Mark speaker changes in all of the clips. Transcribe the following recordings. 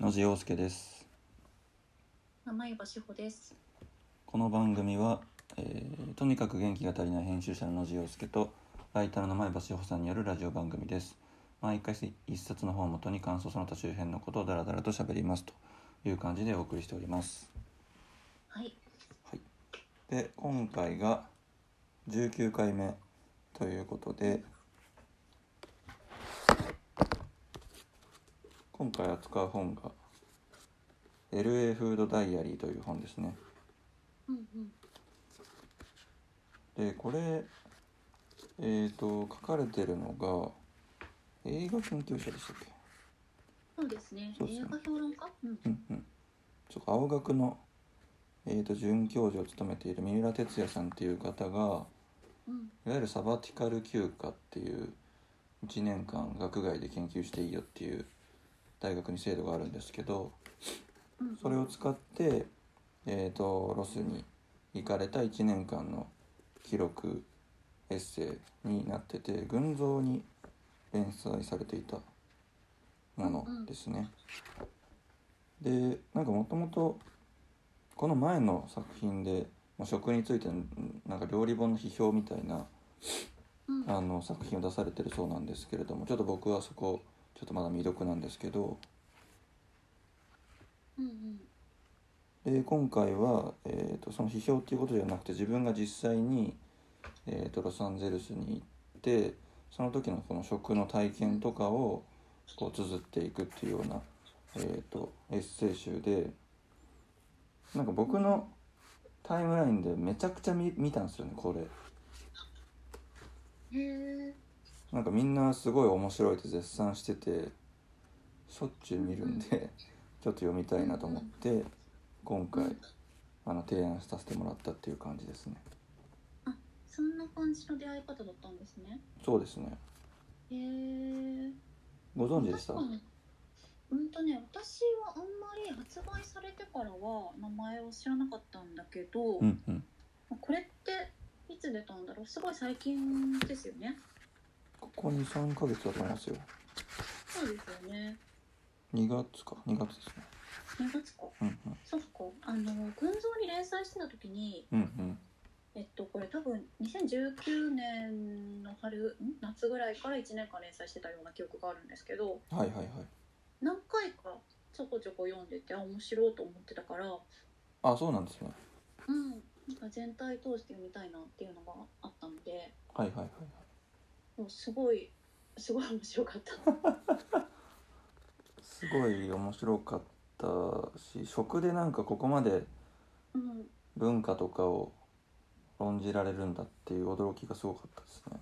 Speaker 1: 野地洋介です
Speaker 2: 七岩志保です。
Speaker 1: この番組は、えーとにかく元気が足りない編集者の野地洋介とライターの前橋穂さんによるラジオ番組です毎回一冊の本をもとに感想その他周辺のことをダラダラと喋りますという感じでお送りしております
Speaker 2: はい。
Speaker 1: で今回が19回目ということで今回扱う本が「LA フードダイアリー」という本ですね
Speaker 2: うんうん。
Speaker 1: でこれえっ、と書かれてるのが映画研究者でしたっけ
Speaker 2: そうですね。
Speaker 1: そうそう
Speaker 2: 映画評論家。うん。
Speaker 1: うんうんちょっと青学の、えー、と准教授を務めている三浦哲也さんっていう方が
Speaker 2: うん。
Speaker 1: いわゆるサバティカル休暇っていう1年間学外で研究していいよっていう大学に制度があるんですけど
Speaker 2: うん。
Speaker 1: それを。使って、えー、とロスに行かれた1年間の記録エッセイになってて群像に連載されていたものですね。でなんかもともとこの前の作品で、まあ、食についてのなんか料理本の批評みたいな
Speaker 2: うん。
Speaker 1: あの作品を出されてるそうなんですけれどもちょっと僕はそこちょっとまだ未読なんですけど。
Speaker 2: うんうん。
Speaker 1: で今回は、えー、とその批評っていうことじゃなくて自分が実際に、えー、とロサンゼルスに行ってその時のこの食の体験とかをこう綴っていくっていうような、えー、とエッセイ集でなんか僕のタイムラインでめちゃくちゃ見見たんですよねこれ。
Speaker 2: へえ。
Speaker 1: なんかみんなすごい面白いって絶賛しててしょっちゅう見るんでちょっと読みたいなと思って今回あの提案させてもらったっていう感じですね。
Speaker 2: そんな感じの出会い方だったんですね。
Speaker 1: そうですね。
Speaker 2: へえ。
Speaker 1: ご存知でした。
Speaker 2: 確かにうんとね、私はあんまり発売されてからは名前を知らなかったんだけど、
Speaker 1: うんうん。
Speaker 2: これっていつ出たんだろうすごい最近ですよね
Speaker 1: ここに三ヶ月だと思いますよ。
Speaker 2: そうですよね
Speaker 1: 二月か、二月ですね。
Speaker 2: 2月か
Speaker 1: うんうん。
Speaker 2: そっかあの群像に連載してた時に
Speaker 1: うんうん。
Speaker 2: えっと、これ多分2019年の春ん夏ぐらいから1年間連載してたような記憶があるんですけど
Speaker 1: はいはいはい。
Speaker 2: 何回かちょこちょこ読んでてあ面白いと思ってたから、
Speaker 1: あ、そうなんですね。
Speaker 2: うん、なんか全体通して読みたいなっていうのがあったので
Speaker 1: はいはいはいはい。
Speaker 2: もうすごいすごい面白か った。
Speaker 1: すごい面白かったし、食でなんかここまで
Speaker 2: うん
Speaker 1: 文化とかを論じられるんだっていう驚きがすごかったですね。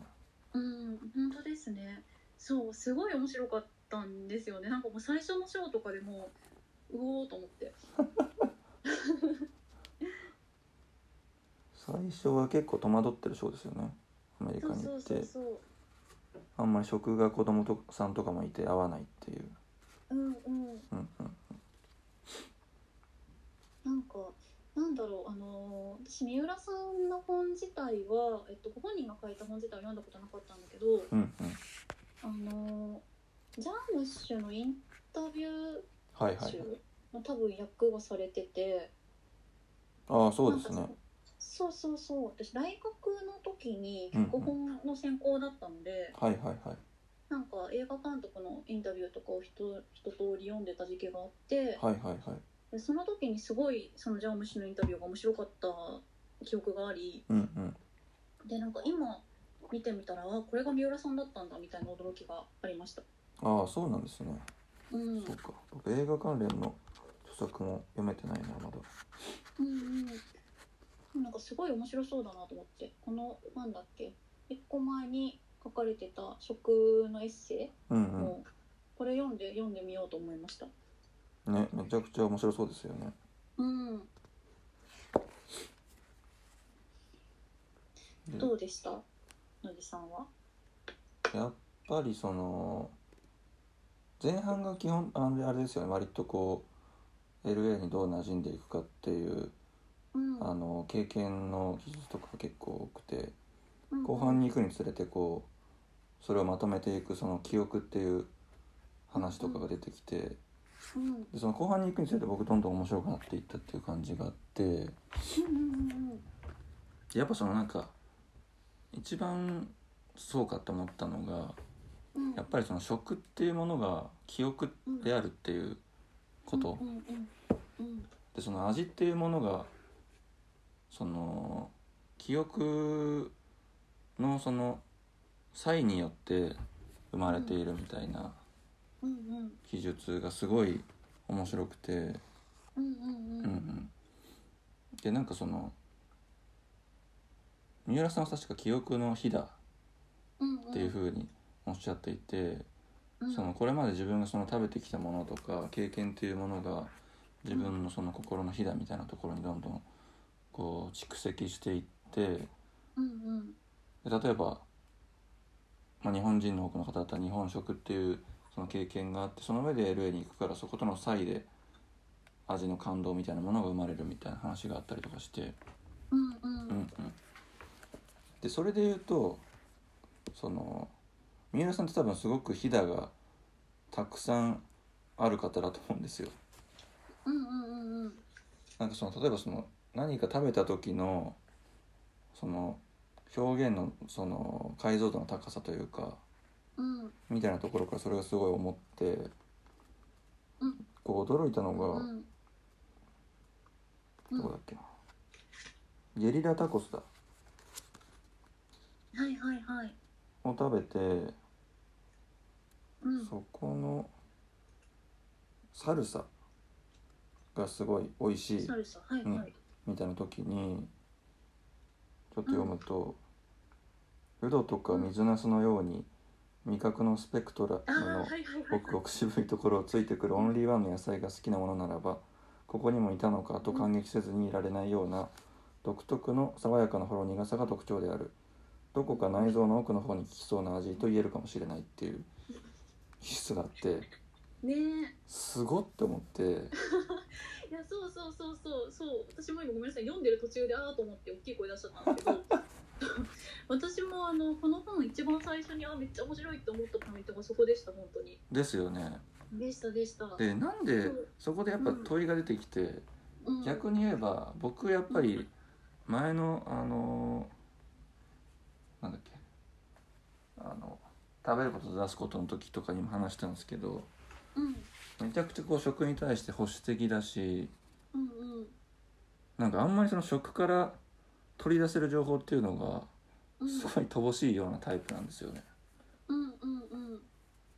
Speaker 2: うん、本当ですね。そう、すごい面白かったんですよね。なんかもう最初の章とかでもう、うおーと思って。
Speaker 1: 最初は結構戸惑ってるそうですよね。アメリカ
Speaker 2: そう
Speaker 1: に行
Speaker 2: そう
Speaker 1: っ
Speaker 2: そう
Speaker 1: て
Speaker 2: そう。
Speaker 1: あんまり食が子供とさんとかもいて合わないっていう。
Speaker 2: うんう
Speaker 1: う
Speaker 2: ん。
Speaker 1: んうん。
Speaker 2: なんか、なんだろう、あのー私、三浦さんの本自体は、えっと、ご本人が書いた本自体は読んだことなかったんだけど、
Speaker 1: うんうん。
Speaker 2: あのージャームッシュのインタビュ
Speaker 1: はい
Speaker 2: ー
Speaker 1: はい
Speaker 2: 集。の多分役がされてて、
Speaker 1: ああそうです
Speaker 2: な
Speaker 1: ね
Speaker 2: んか。そそうそうそう私大学の時に脚本の専攻だったので、
Speaker 1: はいはいはい。
Speaker 2: なんか映画監督のインタビューとかを一一通り読んでた時期があって、
Speaker 1: はいはいはい。
Speaker 2: でその時にすごいそのジャーム氏のインタビューが面白かった記憶があり
Speaker 1: うんうん。
Speaker 2: でなんか今見てみたらあこれが三浦さんだったんだみたいな驚きがありました。
Speaker 1: ああそうなんですね。
Speaker 2: うん、うん
Speaker 1: そうか。僕映画関連の著作も読めてないなまだ。
Speaker 2: うんなんかすごい面白そうだなと思ってこのなんだっけ一個前に書かれてた食のエッセ
Speaker 1: うん
Speaker 2: イも、これ読んで読んでみようと思いました。
Speaker 1: うん。ねめちゃくちゃ面白そうですよね。
Speaker 2: うん、
Speaker 1: で
Speaker 2: どうでしたのりさんは
Speaker 1: やっぱりその前半が基本あれあれですよね割とこう LA にどう馴染んでいくかっていう
Speaker 2: うん
Speaker 1: あの経験の記述とか結構多くて
Speaker 2: うん
Speaker 1: 後半に行くにつれてこうそれをまとめていくその記憶っていう話とかが出てきて
Speaker 2: うんうん
Speaker 1: でその後半に行くにつれて僕どんどん面白くなっていったっていう感じがあって
Speaker 2: うん
Speaker 1: やっぱそのなんか一番そうかって思ったのが
Speaker 2: うんうん
Speaker 1: やっぱりその食っていうものが記憶であるっていうこと、
Speaker 2: うんうんうん
Speaker 1: でその味っていうものがその記憶のその際によって生まれているみたいな
Speaker 2: うんうん
Speaker 1: 記述がすごい面白くて、う
Speaker 2: うんうんん
Speaker 1: う
Speaker 2: うん
Speaker 1: ん、でなんかその三浦さんは確か記憶の日だ
Speaker 2: うん
Speaker 1: っていうふうにおっしゃっていて、
Speaker 2: うん
Speaker 1: そのこれまで自分がその食べてきたものとか経験というものが自分のその心のひだみたいなところにどんどんこう蓄積していってで
Speaker 2: うんうん
Speaker 1: 例えば、まあ、日本人の多くの方だったら日本食っていうその経験があってその上で LA に行くからそことの差異で味の感動みたいなものが生まれるみたいな話があったりとかして。
Speaker 2: うん
Speaker 1: う
Speaker 2: うん
Speaker 1: うんん、でそれで言うとその三浦さんって多分すごく飛騨がたくさんある方だと思うんですよ。
Speaker 2: うんうんうん
Speaker 1: なんかその例えばその何か食べた時のその表現のその解像度の高さというか
Speaker 2: うん
Speaker 1: みたいなところからそれがすごい思って、
Speaker 2: うん
Speaker 1: こう驚いたの
Speaker 2: う
Speaker 1: が、
Speaker 2: ん
Speaker 1: どこだっけなゲリラタコスだ
Speaker 2: はいはいはい
Speaker 1: を食べて
Speaker 2: うん
Speaker 1: そこのサルサがすごい美味しい
Speaker 2: サルサはいはい
Speaker 1: みたいな時にちょっと読むと「ウドとか水ナスのように味覚のスペクト
Speaker 2: ああ
Speaker 1: ラムの
Speaker 2: はいはいはい
Speaker 1: ごくごく渋いところをついてくるオンリーワンの野菜が好きなものならばここにもいたのかと感激せずにいられないような独特の爽やかなほろ苦さが特徴であるどこか内臓の奥の方に効きそうな味と言えるかもしれないって いう記述があって
Speaker 2: ね
Speaker 1: すごって思って
Speaker 2: えいやそうそうそうそうそう私も今ごめんなさい読んでる途中でああと思って大きい声出しちゃったんですけど私もあのこの本一番最初にあめっちゃ面白いと思ったポイントがそこでした本当に
Speaker 1: ですよね
Speaker 2: でしたでした
Speaker 1: でなんでそこでやっぱ問いが出てきて
Speaker 2: うん
Speaker 1: 逆に言えば僕やっぱり前のあのなんだっけあの食べることと出すことの時とかにも話したんですけど
Speaker 2: うん
Speaker 1: めちゃくちゃこう食に対して保守的だし
Speaker 2: うんうん
Speaker 1: なんかあんまりその食から取り出せる情報っていうの
Speaker 2: う
Speaker 1: がす
Speaker 2: ん
Speaker 1: ごい乏しいようなタイプなんですよね
Speaker 2: うんうんうん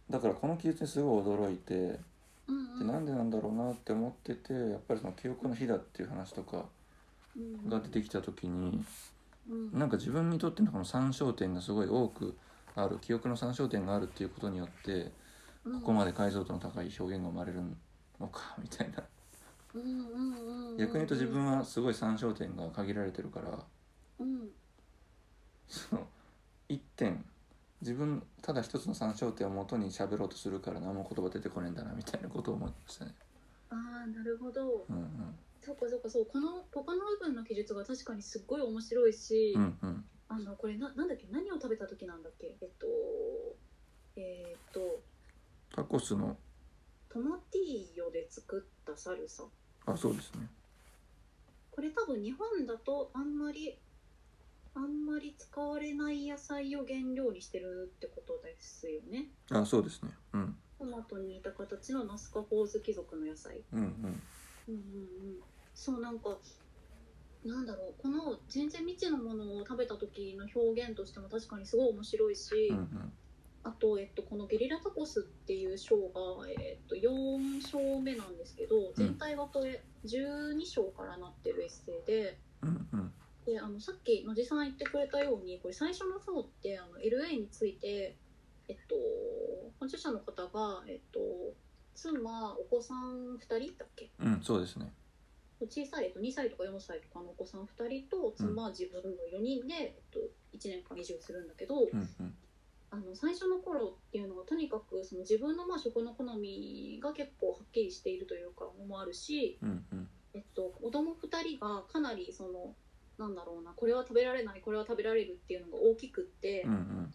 Speaker 1: だからこの記述にすごい驚いて
Speaker 2: うん
Speaker 1: でなんでなんだろうなって思っててやっぱりその記憶の日だっていう話とか
Speaker 2: うん
Speaker 1: が出てきた時に
Speaker 2: うん
Speaker 1: なんか自分にとってのこの参照点がすごい多くある記憶の参照点があるっていうことによってここまで解像度の高い表現が生まれるのかみたいな
Speaker 2: うんうんうんうん
Speaker 1: 逆に言うと自分はすごい参照点が限られてるから
Speaker 2: うん
Speaker 1: その一点自分ただ一つの参照点をもとに喋ろうとするから何も言葉出てこねえんだなみたいなことを思いましたね。
Speaker 2: ああなるほど
Speaker 1: うんうん
Speaker 2: そうかそうかそうこのここの部分の記述が確かにすっごい面白いし、
Speaker 1: うんうん
Speaker 2: あのこれななんだっけ何を食べた時なんだっけえっとえーっと
Speaker 1: タコスの
Speaker 2: トマティーヨで作ったサルサ
Speaker 1: あそうですね
Speaker 2: これ多分日本だとあんまりあんまり使われない野菜を原料にしてるってことですよね
Speaker 1: あそうですねうん
Speaker 2: トマトに似た形のナスカホウズキ族の野菜
Speaker 1: うんうん
Speaker 2: うんうんうん、そうなんかなんだろうこの全然未知のものを食べた時の表現としても確かにすごい面白いし、
Speaker 1: うんうん
Speaker 2: あと、えっと、このゲリラタコスっていう章が、えっと、4章目なんですけど全体がこれ12章からなってるエッセイで。
Speaker 1: うんうん
Speaker 2: であのさっき野地さん言ってくれたようにこれ最初の章ってあの LA について、えっと、本著者の方が、えっと、妻お子さん2人だっけ
Speaker 1: うんそうですね
Speaker 2: 小さい、えっと、2歳とか4歳とかのお子さん2人と妻、自分の4人で、えっと、1年間移住するんだけど、
Speaker 1: うんうん
Speaker 2: あの最初の頃っていうのはとにかくその自分のまあ食の好みが結構はっきりしているというかのもあるし、
Speaker 1: うんうん
Speaker 2: えっと、子供2人がかなりそのなんだろうなこれは食べられないこれは食べられるっていうのが大きくって、
Speaker 1: うん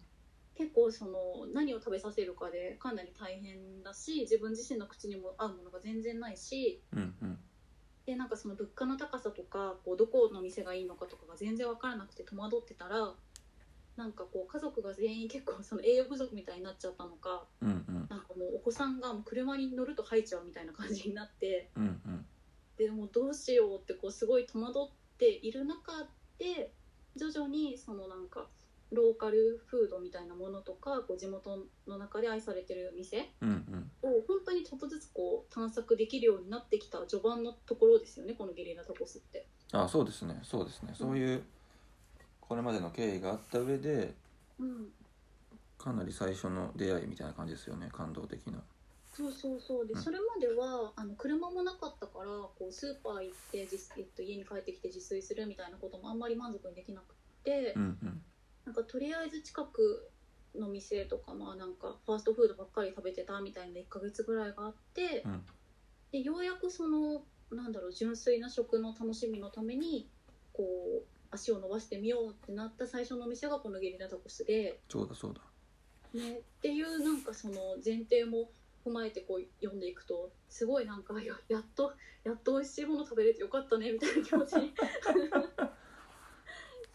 Speaker 2: 結構その何を食べさせるかでかなり大変だし自分自身の口にも合うものが全然ないし
Speaker 1: うんうん
Speaker 2: でなんかその物価の高さとかこうどこの店がいいのかとかが全然分からなくて戸惑ってたらなんかこう家族が全員結構その栄養不足みたいになっちゃったのか
Speaker 1: うんうん
Speaker 2: なんかもうお子さんがもう車に乗ると吐いちゃうみたいな感じになって。
Speaker 1: うんうん
Speaker 2: でもうどうしようってこうすごい戸惑っている中で徐々にそのなんかローカルフードみたいなものとかこう地元の中で愛されてる店
Speaker 1: うんうん
Speaker 2: を本当にちょっとずつこう探索できるようになってきた序盤のところですよねこのゲリラタコスって。
Speaker 1: あそうですねそうですねそういうこれまでの経緯があった上で
Speaker 2: うん、
Speaker 1: かなり最初の出会いみたいな感じですよね感動的な
Speaker 2: そうそうそうで
Speaker 1: うん
Speaker 2: それまではあの車もなかったからこうスーパー行って自えっと、家に帰ってきて自炊するみたいなこともあんまり満足にできなくって。
Speaker 1: うんうん
Speaker 2: なんかとりあえず近くの店とかまあなんかファーストフードばっかり食べてたみたいな1ヶ月ぐらいがあって、
Speaker 1: うん
Speaker 2: でようやくそのなんだろう純粋な食の楽しみのためにこう足を伸ばしてみようってなった最初のお店がこのゲリラタコスで、
Speaker 1: そうだそうだ
Speaker 2: ね、っていうなんかその前提も踏まえてこう読んでいくとすごいなんかややっとやっと美味しいもの食べれてよかったねみたいな気持ちに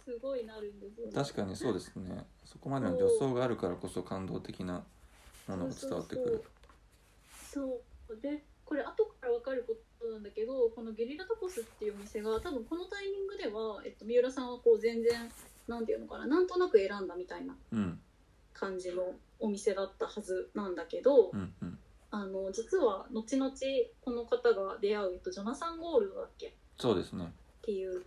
Speaker 2: すごいなるんですよね。
Speaker 1: 確かにそうですねそこまでの助走があるからこそ感動的なものが伝わってくる
Speaker 2: そうそうそうでこれ後から分かることなんだけどこのゲリラタコスっていうお店が多分このタイミングでは、えっと、三浦さんはこう全然なんていうのかななんとなく選んだみたいな
Speaker 1: うん
Speaker 2: 感じのお店だったはずなんだけど、
Speaker 1: うんうん
Speaker 2: あの実は後々この方が出会う、えっと、ジョナサン・ゴールドだっけ
Speaker 1: そうですね
Speaker 2: っていう、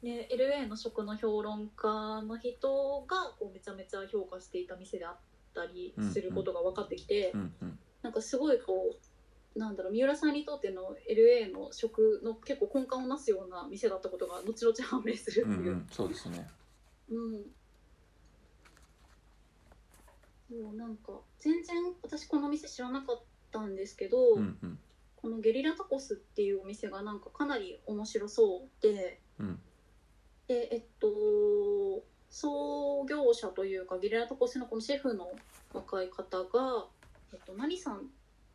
Speaker 2: ね、LA の食の評論家の人がこうめちゃめちゃ評価していた店であったりすることが分かってきて。
Speaker 1: うんうん
Speaker 2: なんかすごいこうなんだろう三浦さんにとっての LA の食の結構根幹をなすような店だったことが後々判明するっ
Speaker 1: うん
Speaker 2: ていうう。
Speaker 1: んそうですね
Speaker 2: うんもうなんか全然私この店知らなかったんですけど、
Speaker 1: うんうん
Speaker 2: このゲリラタコスっていうお店がなんかかなり面白そうで
Speaker 1: うん
Speaker 2: でえっと創業者というかゲリラタコスのこのシェフの若い方が、えっと、何さんっ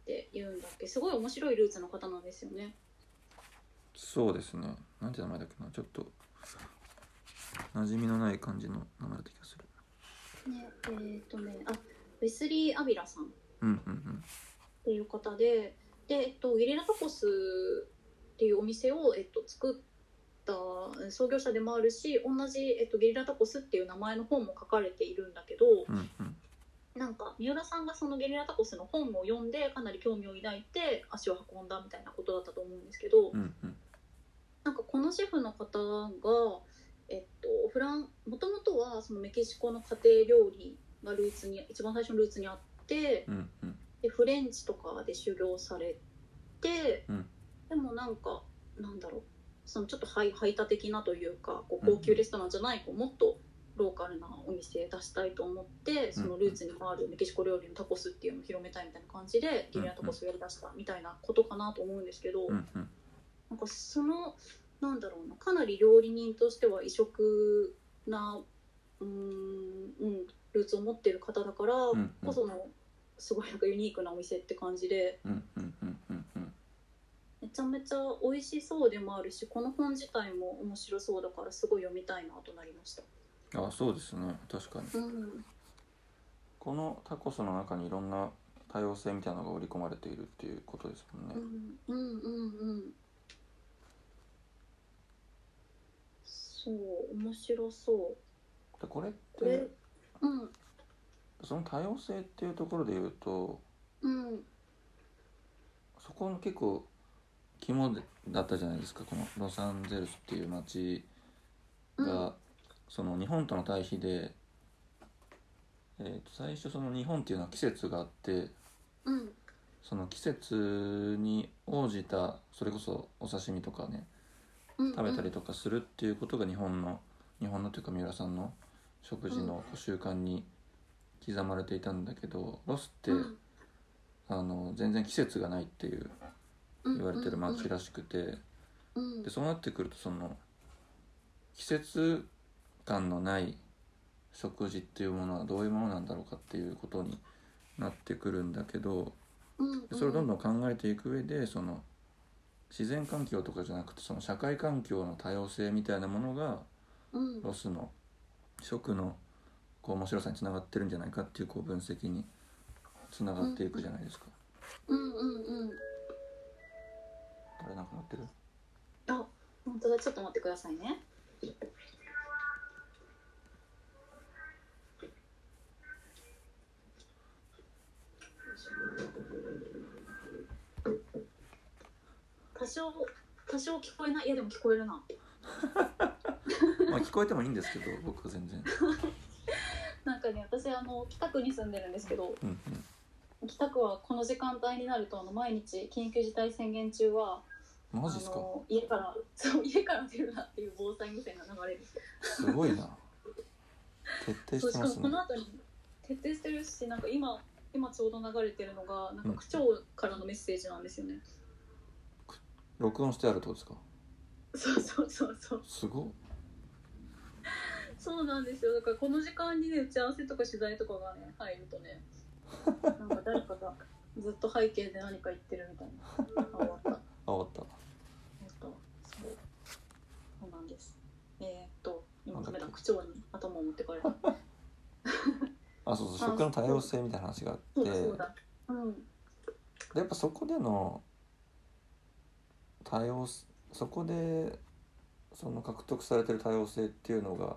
Speaker 2: て言うんだっけすごい面白いルーツの方なんですよね。
Speaker 1: そうですねなんて名前だっけなちょっと馴染みのない感じの名前だった気がする
Speaker 2: ねえーっとねあウェスリー・アビラさんっ
Speaker 1: うんうん
Speaker 2: ていう方でで、えっと、ゲリラタコスっていうお店を、えっと、作った創業者でもあるし同じ、えっと、ゲリラタコスっていう名前の本も書かれているんだけど。
Speaker 1: うんうんうん
Speaker 2: なんか三浦さんがそのゲリラタコスの本を読んでかなり興味を抱いて足を運んだみたいなことだったと思うんですけど、
Speaker 1: うんうん
Speaker 2: なんかこのシェフの方が、えっと、フランもともとはそのメキシコの家庭料理がルーツに一番最初のルーツにあって
Speaker 1: うんうん
Speaker 2: でフレンチとかで修行されて、
Speaker 1: うん
Speaker 2: でもなんかなんだろうそのちょっと排排他的なというかこう高級レストランじゃない、こうもっとローカルなお店出したいと思ってそのルーツにあるメキシコ料理のタコスっていうのを広めたいみたいな感じでゲリラタコスをやりだしたみたいなことかなと思うんですけど、
Speaker 1: うんうん
Speaker 2: なんかそのなんだろうなかなり料理人としては異色なうーん、うん、ルーツを持ってる方だから
Speaker 1: うんうん
Speaker 2: こそのすごいなんかユニークなお店って感じで
Speaker 1: うんうんうんうんうん
Speaker 2: めちゃめちゃ美味しそうでもあるしこの本自体も面白そうだからすごい読みたいなとなりました。
Speaker 1: あそうですね確かに
Speaker 2: うん、
Speaker 1: このタコスの中にいろんな多様性みたいなのが織り込まれているっていうことですもんね
Speaker 2: う、ん、うん、うん、うん。そう、面白そう。
Speaker 1: でこれっ
Speaker 2: これ
Speaker 1: て、
Speaker 2: うん、
Speaker 1: その多様性っていうところで言うと
Speaker 2: うん、
Speaker 1: そこの結構肝だったじゃないですかこのロサンゼルスっていう街
Speaker 2: う
Speaker 1: が、
Speaker 2: ん、
Speaker 1: その日本との対比で、えーと最初その日本っていうのは季節があって
Speaker 2: うん、
Speaker 1: その季節に応じたそれこそお刺身とかね
Speaker 2: うん、
Speaker 1: 食べたりとかするっていうことが日本の日本のというか三浦さんの食事の習慣に刻まれていたんだけどロスって、
Speaker 2: うん
Speaker 1: あの全然季節がないっていう言われてる街らしくて
Speaker 2: うん
Speaker 1: でそうなってくるとその季節感のない食事っていうものはどういうものなんだろうかっていうことになってくるんだけど
Speaker 2: うん
Speaker 1: それをどんど
Speaker 2: ん
Speaker 1: ん考えていく上でその自然環境とかじゃなくてその社会環境の多様性みたいなものが
Speaker 2: うん
Speaker 1: ロスの食のこう面白さにつながってるんじゃないかっていうこう分析につながっていくじゃないですか。
Speaker 2: うんうんうん
Speaker 1: あれなんかなってる
Speaker 2: あ本当だちょっと待ってくださいね多少多少聞こえないいやでも聞こえるな
Speaker 1: まあ聞こえてもいいんですけど僕は全然。
Speaker 2: なんかね私あの北区に住んでるんですけど
Speaker 1: うんうん、
Speaker 2: 北区はこの時間帯になるとあの毎日緊急事態宣言中は
Speaker 1: マジっす
Speaker 2: あ
Speaker 1: か
Speaker 2: の家からそう家から出るなっていう防災無線が流れる
Speaker 1: すごいな。徹底
Speaker 2: そう
Speaker 1: し
Speaker 2: してか
Speaker 1: ま
Speaker 2: も
Speaker 1: す
Speaker 2: こ
Speaker 1: ね
Speaker 2: の。後に徹底してるしなんか今今ちょうど流れてるのがなんか
Speaker 1: うん
Speaker 2: 区長からのメッセージなんですよね、
Speaker 1: 録音してあるってことですか
Speaker 2: そうそうそうそう
Speaker 1: すごっ
Speaker 2: そうなんですよだからこの時間にね打ち合わせとか取材とかがね入るとねなんか誰かがずっと背景で何か言ってるみたいなあ終わった
Speaker 1: あ終わった。
Speaker 2: えっとそうそうなんですえーっと今
Speaker 1: なんだ
Speaker 2: カ
Speaker 1: っけ
Speaker 2: メラ区長に頭を持ってかれた
Speaker 1: あそうそう食の多様性みたいな話があって
Speaker 2: そうだそうだうん
Speaker 1: でやっぱそこでの多様すそこでその獲得されてる多様性っていうのが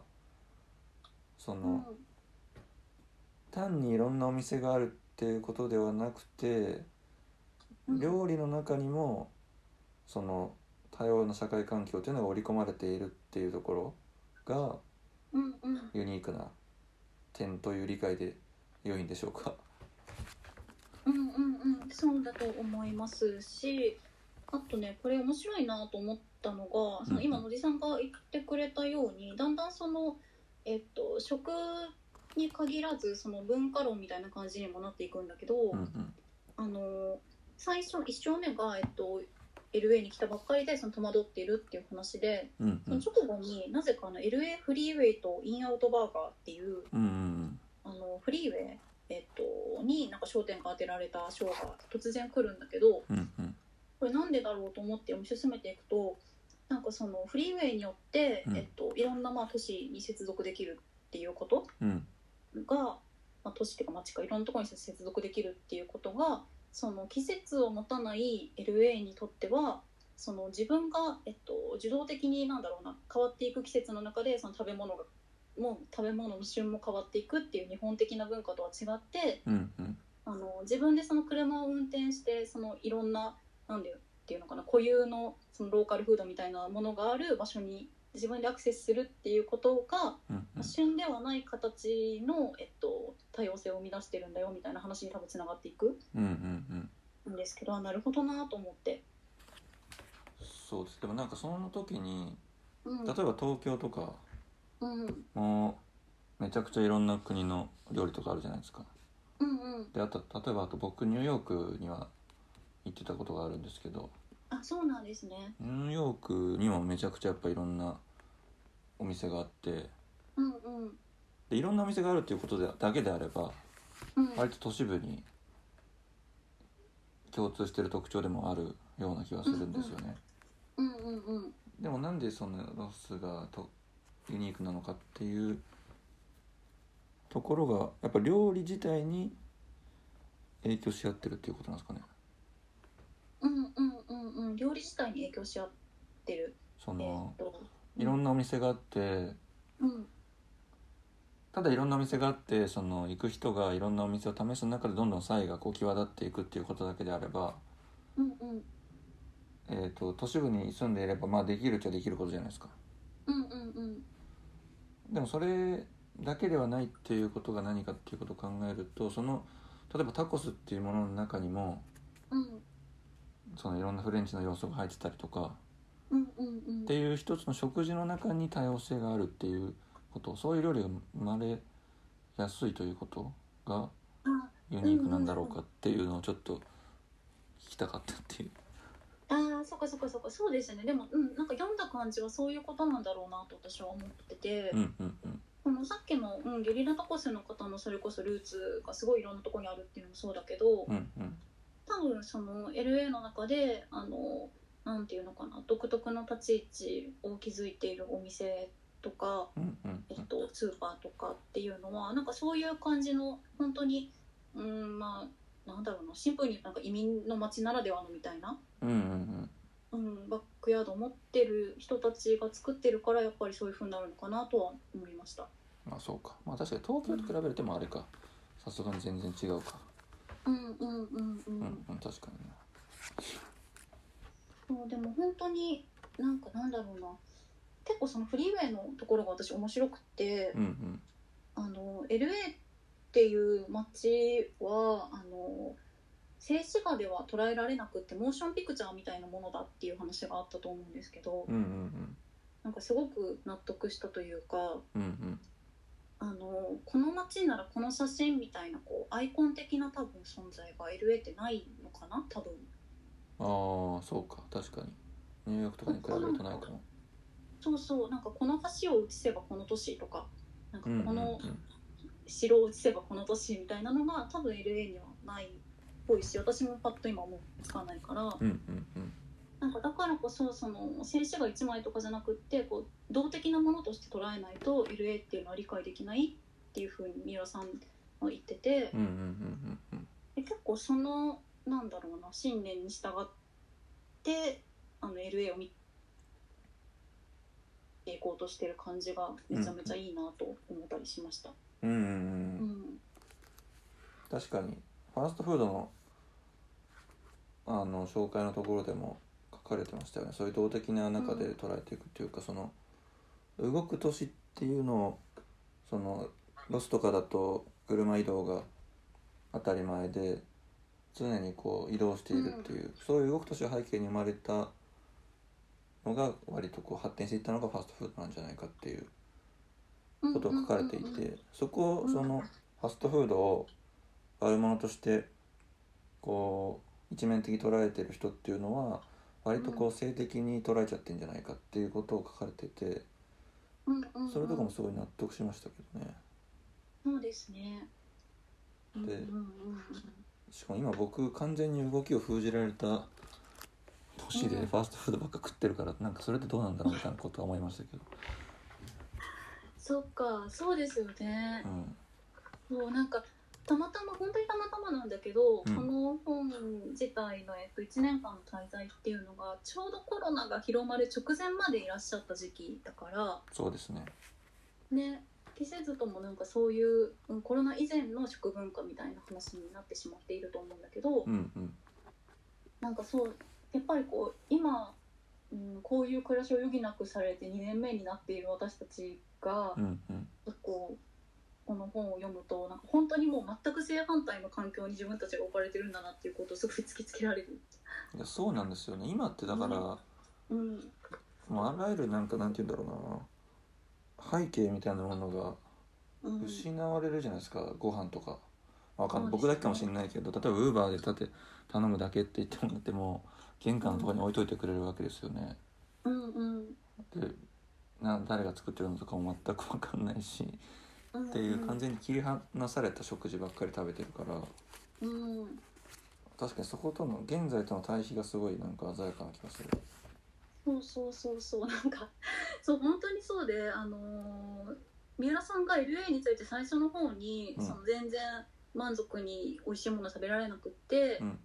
Speaker 1: その、
Speaker 2: うん
Speaker 1: 単にいろんなお店があるっていうことではなくて
Speaker 2: うん
Speaker 1: 料理の中にもその多様な社会環境っていうのが織り込まれているっていうところが
Speaker 2: うんうん
Speaker 1: ユニークな点という理解で良いんでしょうか。
Speaker 2: うんうんうんそうだと思いますしあとねこれ面白いなと思ったのがそ
Speaker 1: うんう
Speaker 2: の
Speaker 1: ん
Speaker 2: 今のりさんが言ってくれたようにだんだんその、えっと、食に限らずその文化論みたいな感じにもなっていくんだけど、
Speaker 1: うんうん
Speaker 2: あの最初1章目が、えっと、LA に来たばっかりでその戸惑っているっていう話で
Speaker 1: うん
Speaker 2: そ
Speaker 1: うん
Speaker 2: の直後になぜかあの LA フリーウェイとインアウトバーガーっていう
Speaker 1: うんうん
Speaker 2: あのフリーウェイ、えっと、になんか焦点が当てられた賞が突然来るんだけど
Speaker 1: うんうん
Speaker 2: これなんでだろうと思って読み進めていくとなんかそのフリーウェイによって、
Speaker 1: うん
Speaker 2: えっと、いろんなまあ都市に接続できるっていうこと
Speaker 1: うん
Speaker 2: が、まあ、都市っていうか街かいろんなところに接続できるっていうことがその季節を持たない LA にとってはその自分が、えっと、自動的になんだろうな変わっていく季節の中でその食べ物がもう食べ物の旬も変わっていくっていう日本的な文化とは違って
Speaker 1: うんうん
Speaker 2: あの自分でその車を運転してそのいろんななんだよっていうのかな固有のそのローカルフードみたいなものがある場所に自分でアクセスするっていうことが
Speaker 1: うんうん
Speaker 2: 旬ではない形の、えっと、多様性を生み出してるんだよみたいな話に多分つながっていく
Speaker 1: うんうんうん
Speaker 2: んですけどあなるほどなと思って。
Speaker 1: そうですでもなんかその時に
Speaker 2: うん
Speaker 1: 例えば東京とか
Speaker 2: うんうん
Speaker 1: もうめちゃくちゃいろんな国の料理とかあるじゃないですか
Speaker 2: うん
Speaker 1: であと例えばあと僕ニューヨークには行ってたことがあるんですけど
Speaker 2: あそうなんですね。
Speaker 1: ニューヨークにもめちゃくちゃやっぱいろんなお店があって
Speaker 2: うんうん
Speaker 1: でいろんなお店があるっていうことでだけであれば
Speaker 2: うん
Speaker 1: 割と都市部に共通してる特徴でもあるような気がするんですよね、
Speaker 2: うんうんうん
Speaker 1: でもなんでそのロスがとユニークなのかっていうところがやっぱ料理自体に影響し合ってるっていうことなんですかね
Speaker 2: うんうんうんうん料理自体に影響し合ってる。
Speaker 1: そ
Speaker 2: え
Speaker 1: の
Speaker 2: っと
Speaker 1: いろんなお店があって
Speaker 2: うん
Speaker 1: ただいろんなお店があってその行く人がいろんなお店を試す中でどんどん差異がこう際立っていくっていうことだけであれば、
Speaker 2: うんうん
Speaker 1: えー、と都市部に住んでいればまあできるっちゃできることじゃないですか
Speaker 2: うんうんうん
Speaker 1: でもそれだけではないっていうことが何かっていうことを考えるとその例えばタコスっていうものの中にも
Speaker 2: うん
Speaker 1: そのいろんなフレンチの要素が入ってたりとか
Speaker 2: うんうんうん
Speaker 1: っていう一つの食事の中に多様性があるっていうことそういう料理が生まれやすいということが
Speaker 2: あ
Speaker 1: ユニークなんだろうかっていうのをちょっと聞きたかったっていう。
Speaker 2: あーそっかそっかそっかそうですねでも、うん、なんか読んだ感じはそういうことなんだろうなと私は思ってて、
Speaker 1: うんうんうん
Speaker 2: うんのさっきの、うん、ゲリラタコスの方のそれこそルーツがすごいいろんなとこにあるっていうのもそうだけど、
Speaker 1: うんうん
Speaker 2: 多分その LA の中であのなんていうのかな独特の立ち位置を築いているお店とか、
Speaker 1: うんうん
Speaker 2: えっと、スーパーとかっていうのはなんかそういう感じの本当にうんまあなんだろうなシンプルに言うとなんか移民の街ならではのみたいな、
Speaker 1: うんうん
Speaker 2: うん、バックヤードを持ってる人たちが作ってるからやっぱりそういうふうになるのかなとは思いました。
Speaker 1: まあそうかまあ確かに東京と比べるともあれかさすがに全然違うか
Speaker 2: うんうんうんう、
Speaker 1: うんんうん確かにな
Speaker 2: そうでも本当になんかなんだろうな結構そのフリーウェイのところが私面白くて、
Speaker 1: うんうん
Speaker 2: あの LA っていう街はあの静止画では捉えられなくってモーションピクチャーみたいなものだっていう話があったと思うんですけど、
Speaker 1: うんうん
Speaker 2: なんかすごく納得したというか
Speaker 1: うんうん
Speaker 2: あのこの街ならこの写真みたいなこうアイコン的な多分存在が LA ってないのかな多分。
Speaker 1: うんああそうか確かにニューヨークとかに比べるとないかも
Speaker 2: そうそうなんかこの橋を写せばこの年とかなんか
Speaker 1: うんうん
Speaker 2: この
Speaker 1: うん
Speaker 2: 城を写せばこの年みたいなのが多分 LA にはないっぽいし私もパッと今思いつかないから、
Speaker 1: うんうんうん
Speaker 2: なんかだからこそその静止画1枚とかじゃなくってこう動的なものとして捉えないと LA っていうのは理解できないっていうふうに三浦さんは言ってて
Speaker 1: うんうんうんうんうん
Speaker 2: で結構そのなんだろうな信念に従ってあの LA を見ていこうとしてる感じがめちゃめちゃいいなと思ったりしました。
Speaker 1: うんうんうん
Speaker 2: うん、
Speaker 1: 確かにファーストフードのあの紹介のところでも書かれてましたよねそういう動的な中で捉えていくっていうか、その動く都市っていうのをそのロスとかだと車移動が当たり前で常にこう移動しているっていう、そういう動く都市が背景に生まれたのが割とこう発展していったのがファーストフードなんじゃないかっていうことが書かれてい
Speaker 2: うんうんうんうん
Speaker 1: てそこをそのファストフードを悪者としてこう一面的に捉えてる人っていうのは割とこう性的に捉えちゃってんじゃないかっていうことを書かれてて
Speaker 2: うんうんうん
Speaker 1: それとかもすごい納得しましたけどね
Speaker 2: そうですね。うんうんうん
Speaker 1: しかも今僕完全に動きを封じられた年で
Speaker 2: う
Speaker 1: フ
Speaker 2: ん
Speaker 1: ァーストフードばっか食ってるからなんかそれってどうなんだろうみたいなことは思いましたけど、
Speaker 2: そっか、そうですよね
Speaker 1: う。ん、
Speaker 2: もうなんかたまたま本当にたまたまなんだけど、
Speaker 1: うん
Speaker 2: この本自体のえっと1年間の滞在っていうのがちょうどコロナが広まる直前までいらっしゃった時期だから
Speaker 1: そうですね
Speaker 2: ね季節ともなんかそういう、うん、コロナ以前の食文化みたいな話になってしまっていると思うんだけど、
Speaker 1: うんうん
Speaker 2: なんかそうやっぱりこう今、うん、こういう暮らしを余儀なくされて2年目になっている私たちが
Speaker 1: う、んうん
Speaker 2: 結構この本を読むとなんか本当にもう全く正反対の環境に自分たちが置かれてるんだなっていうことをすごい突きつけられる。
Speaker 1: いやそうなんですよね今ってだから、
Speaker 2: うんうん、
Speaker 1: もうあらゆるなんかなんて言うんだろうな背景みたいなものが
Speaker 2: うん、
Speaker 1: 失われるじゃないですか、ご飯とか、まあわかんない
Speaker 2: そう
Speaker 1: 僕
Speaker 2: ですね
Speaker 1: だけかもしれないけど例えばウーバーでだって頼むだけって言ってもらっても玄関のところに置いといてくれるわけですよね、
Speaker 2: うんうん
Speaker 1: でな誰が作ってるのとかも全く分かんないし、
Speaker 2: うん、
Speaker 1: っていう完全に切り離された食事ばっかり食べてるから
Speaker 2: うん、うん、
Speaker 1: 確かにそことの現在との対比がすごいなんか鮮やかな気がする
Speaker 2: そうそうそうそうなんかそう本当にそうであのー三浦さんが LA について最初の方に、
Speaker 1: うん
Speaker 2: その全然満足に美味しいもの食べられなくって、
Speaker 1: うん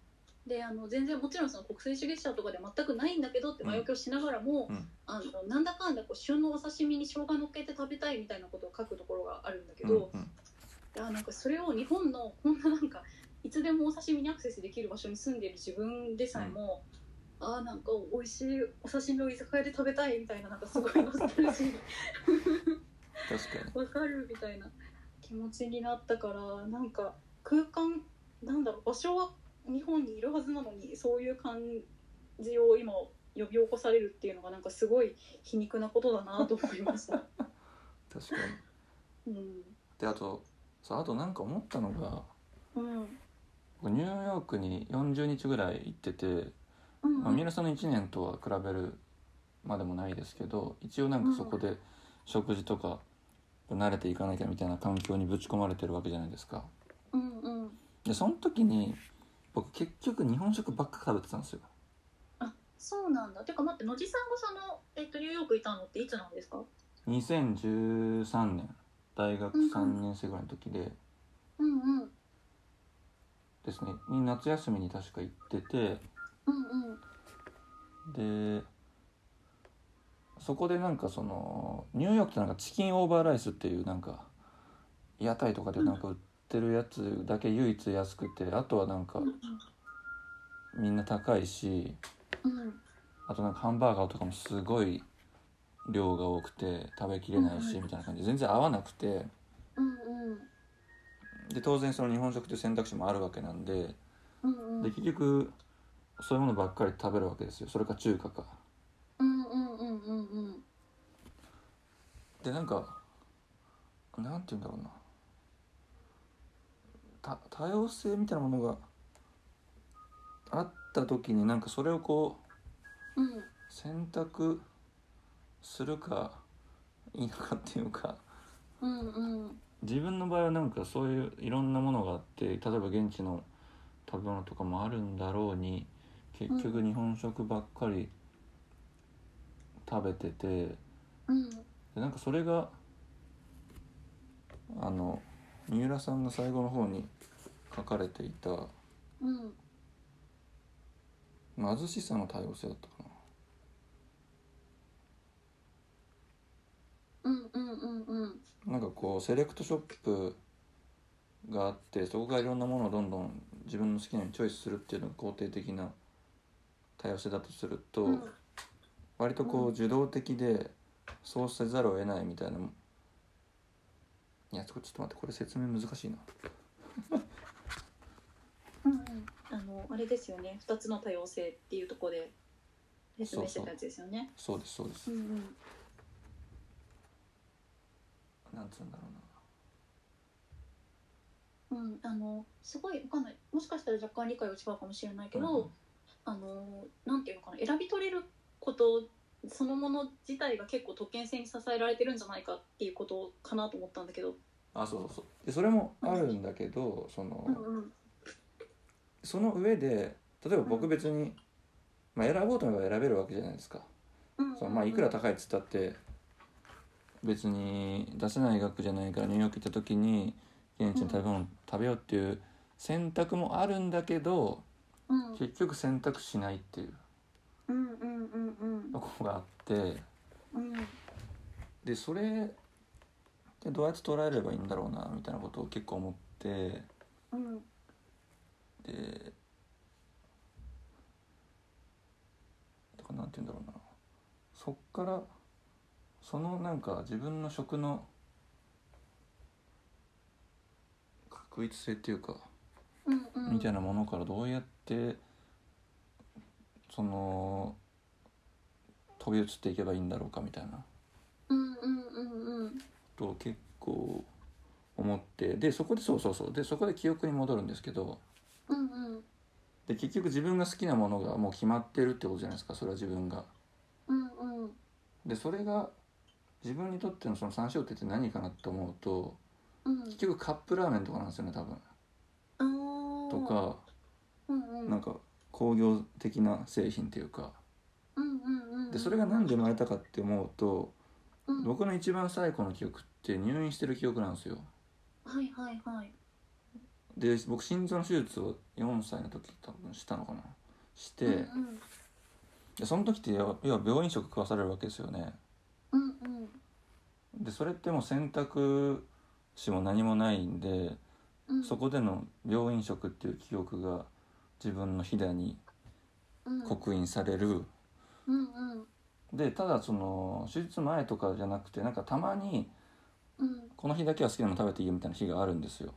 Speaker 2: であの全然もちろんその国際主義者とかでは全くないんだけどって
Speaker 1: うん
Speaker 2: 前置きをしながらも、
Speaker 1: うん
Speaker 2: あのなんだかんだこう旬のお刺身に生姜乗っけて食べたいみたいなことを書くところがあるんだけど、
Speaker 1: うん
Speaker 2: いやなんかそれを日本のこんななんかいつでもお刺身にアクセスできる場所に住んでいる自分でさえも、ああなんか美味しいお刺身を居酒屋で食べたいみたいななんかすごいノスタルジー
Speaker 1: 確かに
Speaker 2: わかるみたいな気持ちになったからなんか空間なんだろう場所は日本にいるはずなのにそういう感じを今呼び起こされるっていうのがなんかすごい皮肉なことだなと思いました。
Speaker 1: 確かに
Speaker 2: うん
Speaker 1: であとそうあとなんか思ったのが
Speaker 2: うん
Speaker 1: 僕ニューヨークに40日ぐらい行ってて、
Speaker 2: うん
Speaker 1: まあ、三浦さんの1年とは比べるまでもないですけど一応なんかそこで食事とか慣れていかなきゃみたいな環境にぶち込まれてるわけじゃないですか
Speaker 2: うんうん
Speaker 1: でその時に僕結局日本食ばっか食べてたんですよ
Speaker 2: あそうなんだてか待って野地さんがその、えっと、ニューヨークいたのっていつなんですか
Speaker 1: 2013年大学3年生ぐらいの時で
Speaker 2: うんうん
Speaker 1: ですねに夏休みに確か行ってて
Speaker 2: うんうん
Speaker 1: でそこでなんかそのニューヨークってなんかチキンオーバーライスっていうなんか屋台とかでなんか売ってるやつだけ唯一安くてあとはなんかみんな高いし
Speaker 2: うん
Speaker 1: あとなんかハンバーガーとかもすごい量が多くて食べきれないし
Speaker 2: うん
Speaker 1: みたいな感じで全然合わなくて
Speaker 2: うんうん
Speaker 1: で当然その日本食という選択肢もあるわけなんで
Speaker 2: うんうん
Speaker 1: で結局そういうものばっかり食べるわけですよそれか中華か。
Speaker 2: うんうんうんうんうん
Speaker 1: でなんかなんて言うんだろうなた多様性みたいなものがあった時になんかそれをこう
Speaker 2: うん
Speaker 1: 選択するか否かっていうか
Speaker 2: うんうん
Speaker 1: 自分の場合はなんかそういういろんなものがあって例えば現地の食べ物とかもあるんだろうに結局日本食ばっかり食べてて。
Speaker 2: うん
Speaker 1: でなんかそれがあの三浦さんが最後の方に書かれていた
Speaker 2: うん
Speaker 1: 貧しさの多様性だったか
Speaker 2: うんうんうんうん
Speaker 1: ななんかこうセレクトショップがあってそこがいろんなものをどんどん自分の好きなようにチョイスするっていうのが肯定的な多様性だとすると、
Speaker 2: うん
Speaker 1: 割とこう
Speaker 2: うん
Speaker 1: 受動的でそうせざるを得ないみたいな。いやちょっと待ってこれ説明難しいな
Speaker 2: うんうんあのあれですよね二つの多様性っていうところで説明してたやつですよね
Speaker 1: そうですそうです
Speaker 2: う、ん
Speaker 1: なんつうんだろうな
Speaker 2: うんうんあのすごいわかんないもしかしたら若干理解が違うかもしれないけど、
Speaker 1: うん
Speaker 2: あのなんていうのかな選び取れることそのもの自体が結構特権性に支えられてるんじゃないかっていうことかなと思ったんだけど
Speaker 1: あそうそうそうでそれもあるんだけどその、
Speaker 2: うんうん
Speaker 1: その上で例えば
Speaker 2: う
Speaker 1: 僕
Speaker 2: ん
Speaker 1: 別に、まあ、選ぼうと思えば選べるわけじゃないですか、
Speaker 2: うん
Speaker 1: そのまあいくら
Speaker 2: うん
Speaker 1: 高いっつったって別に出せない額じゃないからニューヨーク行った時に現地の食べ物を食べようっていう選択もあるんだけど
Speaker 2: うん
Speaker 1: 結局選択しないっていう
Speaker 2: うんうんうんうん
Speaker 1: とこがあって
Speaker 2: うん
Speaker 1: でそれってどうやって捉えればいいんだろうなみたいなことを結構思って。
Speaker 2: うん
Speaker 1: でとかなんて言うんだろうなそっからそのなんか自分の食の確一性っていうか、
Speaker 2: うんうん
Speaker 1: みたいなものからどうやってその飛び移っていけばいいんだろうかみたいな
Speaker 2: うんうんうんうん
Speaker 1: ことを結構思ってでそこでそうそうそうでそこで記憶に戻るんですけど。
Speaker 2: うんうん
Speaker 1: で結局自分が好きなものがもう決まってるってことじゃないですかそれは自分が。
Speaker 2: うんうん
Speaker 1: でそれが自分にとってのその三焦点って何かなって思うと
Speaker 2: うん
Speaker 1: 結局カップラーメンとかなんですよね多分。
Speaker 2: あー
Speaker 1: とか
Speaker 2: うんうん
Speaker 1: なんか工業的な製品っていうか
Speaker 2: うんうんうんうん
Speaker 1: でそれが何で生まれたかって思うと
Speaker 2: うん
Speaker 1: 僕の一番最古の記憶って入院してる記憶なんですよ。
Speaker 2: はいはいはい
Speaker 1: で僕心臓の手術を4歳の時多分したのかなして
Speaker 2: うんうん
Speaker 1: でその時って要要は病院食食わされるわけですよね。
Speaker 2: うんうん
Speaker 1: でそれってもう選択肢も何もないんで
Speaker 2: うん
Speaker 1: そこでの病院食っていう記憶が自分のひだに
Speaker 2: うん
Speaker 1: 刻印される、
Speaker 2: うんうん
Speaker 1: でただその手術前とかじゃなくてなんかたまに
Speaker 2: うん
Speaker 1: この日だけは好きなの食べていいよみたいな日があるんですよ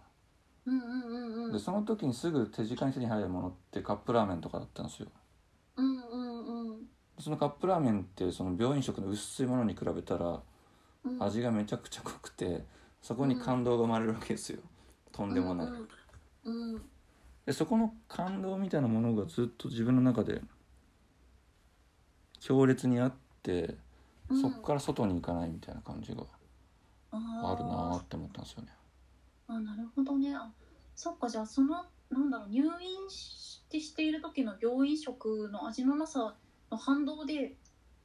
Speaker 2: うんうんうんうん
Speaker 1: でその時にすぐ手近に手に入るものってカップラーメンとかだったんですよ
Speaker 2: うんうんうん
Speaker 1: そのカップラーメンってその病院食の薄いものに比べたら
Speaker 2: うん
Speaker 1: 味がめちゃくちゃ濃くてそこに感動が生まれるわけですよとんでもない
Speaker 2: うんうん
Speaker 1: でそこの感動みたいなものがずっと自分の中で強烈にあって
Speaker 2: うん
Speaker 1: そこから外に行かないみたいな感じがあ
Speaker 2: あ
Speaker 1: るなーって思ったんですよね。
Speaker 2: あなるほどねあそっかじゃあそのなんだろう入院してしている時の病院食の味のなさの反動で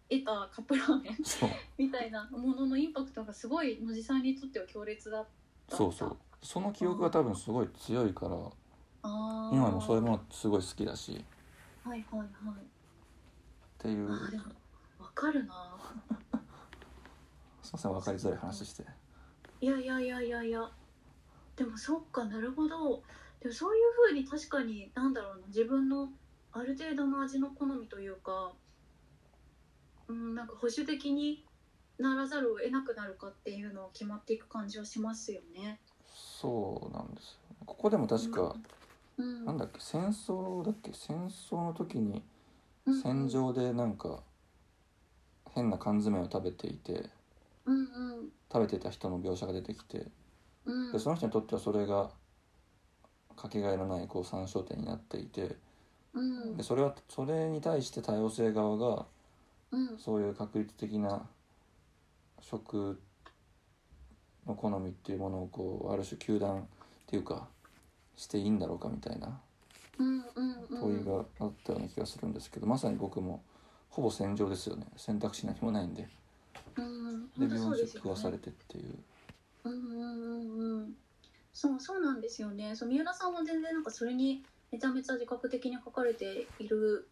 Speaker 2: 得たカップラーメン
Speaker 1: そう
Speaker 2: みたいなもののインパクトがすごい野地さんにとっては強烈だった
Speaker 1: そうそうその記憶が多分すごい強いから
Speaker 2: あー
Speaker 1: 今もそういうものすごい好きだしっ
Speaker 2: はいはいはい
Speaker 1: ていう
Speaker 2: あーでもわかるな
Speaker 1: すいません分かりづらい話して
Speaker 2: いやいやいやいやいやでもそっかなるほどでもそういうふうに確かになんだろうな自分のある程度の味の好みというかうんなんか保守的にならざるを得なくなるかっていうのは決まっていく感じはしますよね。
Speaker 1: そうなんですよねここでも確か
Speaker 2: うん、
Speaker 1: なんだっけ戦争だっけ戦争の時に
Speaker 2: うん
Speaker 1: 戦場でなんか変な缶詰を食べていて
Speaker 2: うんうん
Speaker 1: 食べてた人の描写が出てきて
Speaker 2: うん
Speaker 1: でその人にとってはそれがかけがえのないこう参照点になっていて
Speaker 2: うん
Speaker 1: でそれはそれに対して多様性側が
Speaker 2: うん
Speaker 1: そういう確率的な食の好みっていうものをこうある種糾弾っていうかしていいんだろうかみたいな
Speaker 2: うんうん
Speaker 1: 問いがあったような気がするんですけどまさに僕もほぼ戦場ですよね選択肢何もないんで
Speaker 2: うん
Speaker 1: で
Speaker 2: 本当
Speaker 1: 病
Speaker 2: そう
Speaker 1: 院
Speaker 2: で
Speaker 1: 食
Speaker 2: すよ
Speaker 1: 食わさ
Speaker 2: ね
Speaker 1: れてっていう
Speaker 2: うんうんうんうんそうそうなんですよねそう三浦さんも全然なんかそれにめちゃめちゃ自覚的に書かれている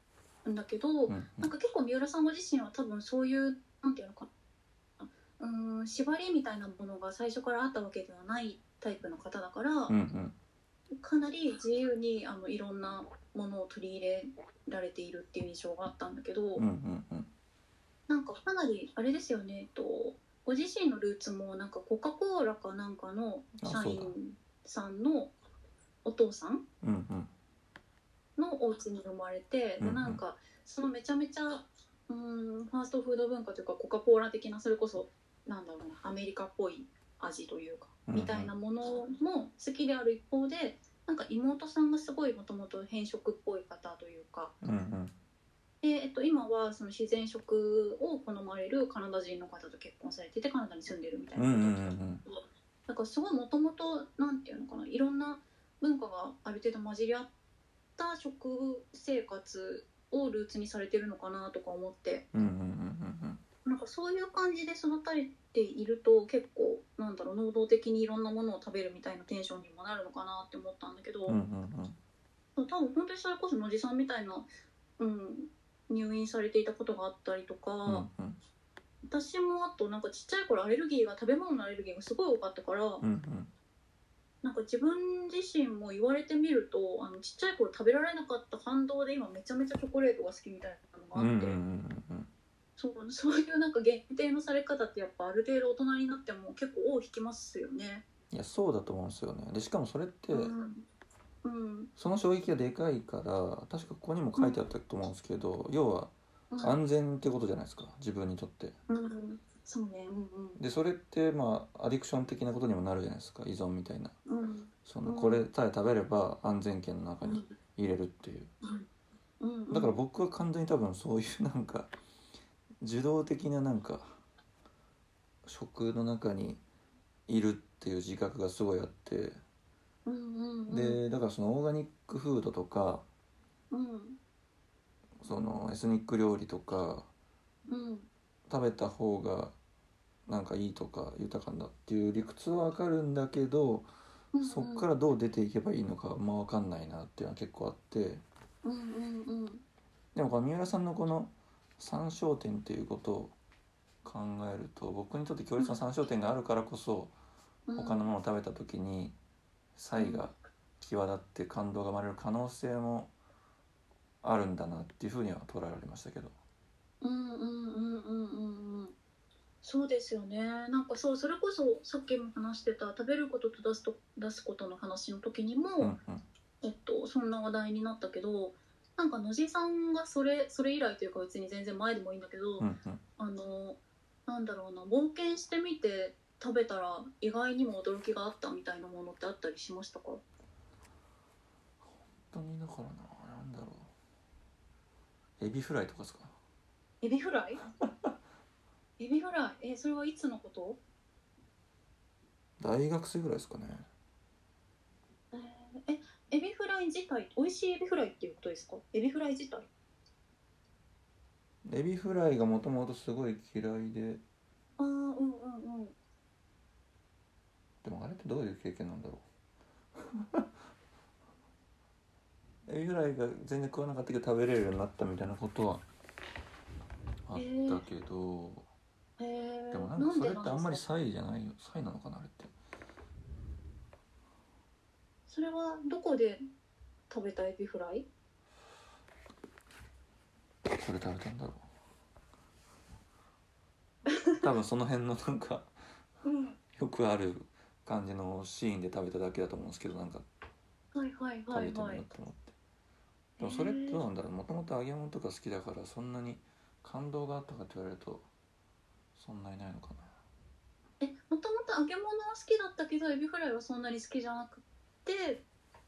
Speaker 2: んだけど、
Speaker 1: うんう
Speaker 2: な
Speaker 1: ん
Speaker 2: んか結構三浦さんご自身は多分そういうなんていうのかなうーん縛りみたいなものが最初からあったわけではないタイプの方だから、
Speaker 1: うん
Speaker 2: かなり自由にあのいろんなものを取り入れられているっていう印象があったんだけど、
Speaker 1: うんうんうんうん
Speaker 2: なんかかなりあれですよね、えっと、ご自身のルーツもなんかコカ・コーラかなんかの社員さんのお父さん
Speaker 1: うんうん
Speaker 2: のお家に生まれて、
Speaker 1: うんう
Speaker 2: で
Speaker 1: ん
Speaker 2: なんかそのめちゃめちゃうんファーストフード文化というかコカ・コーラ的なそれこそなんだろうなアメリカっぽい味というか
Speaker 1: うん
Speaker 2: みたいなものも好きである一方でなんか妹さんがすごいもともと偏食っぽい方というか。
Speaker 1: うんうん
Speaker 2: で、えっと、今はその自然食を好まれるカナダ人の方と結婚されててカナダに住んでるみたい
Speaker 1: うん
Speaker 2: な
Speaker 1: う
Speaker 2: こ
Speaker 1: んう
Speaker 2: とで、
Speaker 1: ん
Speaker 2: なんかすごいもともとなんていうのかないろんな文化がある程度混じり合った食生活をルーツにされてるのかなとか思って
Speaker 1: うんうんうんうん
Speaker 2: なんかそういう感じで育たれていると結構なんだろう能動的にいろんなものを食べるみたいなテンションにもなるのかなって思ったんだけど。
Speaker 1: うんうんうん
Speaker 2: 多分本当にそれこそ野地さんみたいな、うん、入院されていたことがあったりとか、
Speaker 1: うんうんうん
Speaker 2: 私もあとなんかちっちゃい頃アレルギーが食べ物のアレルギーがすごい多かったから、
Speaker 1: うんうん
Speaker 2: なんか自分自身も言われてみるとあのちっちゃい頃食べられなかった反動で今めちゃめちゃチョコレートが好きみたいな
Speaker 1: う
Speaker 2: のがあ
Speaker 1: ん
Speaker 2: って、
Speaker 1: うん
Speaker 2: そうそういうなんか限定のされ方ってやっぱある程度大人になっても結構尾を引きますよね。
Speaker 1: いやそうだと思うんですよねでしかもそれって、
Speaker 2: うん、うん
Speaker 1: その衝撃がでかいから確かここにも書いてあったと思うんですけど、要は
Speaker 2: うん
Speaker 1: 安全ってことじゃないですか自分にとって
Speaker 2: うん、そうね、
Speaker 1: でそれってまあアディクション的なことにもなるじゃないですか依存みたいな
Speaker 2: うんうん、うん、
Speaker 1: その
Speaker 2: うん
Speaker 1: これさえ食べれば安全圏の中に入れるっていう
Speaker 2: うん、うん、
Speaker 1: だから僕は完全に多分そういうなんか受動的ななんか食の中にいるっていう自覚がすごいあって
Speaker 2: うんうんうん、
Speaker 1: でだからそのオーガニックフードとか
Speaker 2: うん
Speaker 1: そのエスニック料理とか
Speaker 2: うん
Speaker 1: 食べた方がなんかいいとか豊かんだっていう理屈はわかるんだけど、
Speaker 2: うん、
Speaker 1: そっからどう出ていけばいいのかあんまわかんないなっていうのは結構あって
Speaker 2: うんうんうん
Speaker 1: でもこの三浦さんのこの参照点っていうことを考えると僕にとって強烈な参照点があるからこそ
Speaker 2: うん
Speaker 1: 他のものを食べた時に差異が際立って感動が生まれる可能性もあるんだなっていうふうには捉えられましたけど。
Speaker 2: うんうんうんうんうんうんそうですよねなんかそうそれこそさっきも話してた食べることと出すと出すことの話の時にも、
Speaker 1: うんうん
Speaker 2: えっと、そんな話題になったけどなんか野地さんがそれそれ以来というか別に全然前でもいいんだけど、
Speaker 1: うんうん
Speaker 2: あのなんだろうな冒険してみて食べたら意外にも驚きがあったみたいなものってあったりしましたか
Speaker 1: 本当にだからななんだろうエビフライとかですか
Speaker 2: エビフライエビフライえそれはいつのこと
Speaker 1: 大学生ぐらいですかね
Speaker 2: えエビフライ自体美味しいエビフライっていうことですかエビフライ自体
Speaker 1: エビフライがもともとすごい嫌いで
Speaker 2: ああうんうんうん
Speaker 1: でもあれってどういう経験なんだろう エビフライが全然食わなかったけど食べれるようになったみたいなことはあったけど、
Speaker 2: へえ
Speaker 1: でもなんかそれってあんまり
Speaker 2: そ
Speaker 1: サイじゃないよサイなのかなあれって
Speaker 2: それはどこで食べたエビフライ
Speaker 1: それ食べたんだろう多分その辺のなんか
Speaker 2: うん
Speaker 1: よくある感じのシーンで食べただけだと思うんですけどなんか
Speaker 2: はいはい
Speaker 1: 食
Speaker 2: は
Speaker 1: べ
Speaker 2: い
Speaker 1: てみ
Speaker 2: は
Speaker 1: よう
Speaker 2: い
Speaker 1: と思って、でもそれってどうなんだろうもともと揚げ物とか好きだからそんなに感動があったかって言われるとそんなにないのか
Speaker 2: えもともと揚げ物は好きだったけどエビフライはそんなに好きじゃなくて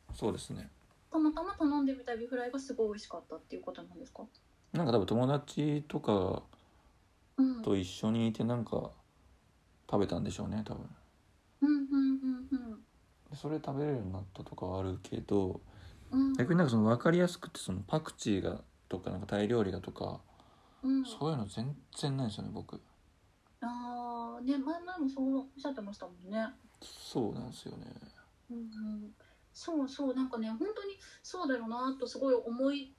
Speaker 1: なそうですね
Speaker 2: たまたま頼んでみたエビフライがすごい美味しかったっていうことなんですか
Speaker 1: なんか多分友達とか
Speaker 2: うん
Speaker 1: と一緒にいてなんか食べたんでしょうね多分
Speaker 2: うんうんうん
Speaker 1: でそれ食べれるようになったとかはあるけど
Speaker 2: うんうん
Speaker 1: 逆になんかその分かりやすくてそのパクチーがとかなんかタイ料理がとか
Speaker 2: うん
Speaker 1: そういうの全然ないんですよね僕
Speaker 2: ああね前々もそうおっしゃってましたもんね
Speaker 1: そうなんですよね
Speaker 2: うんうんそうそうなんかね本当にそうだよなとすごい思い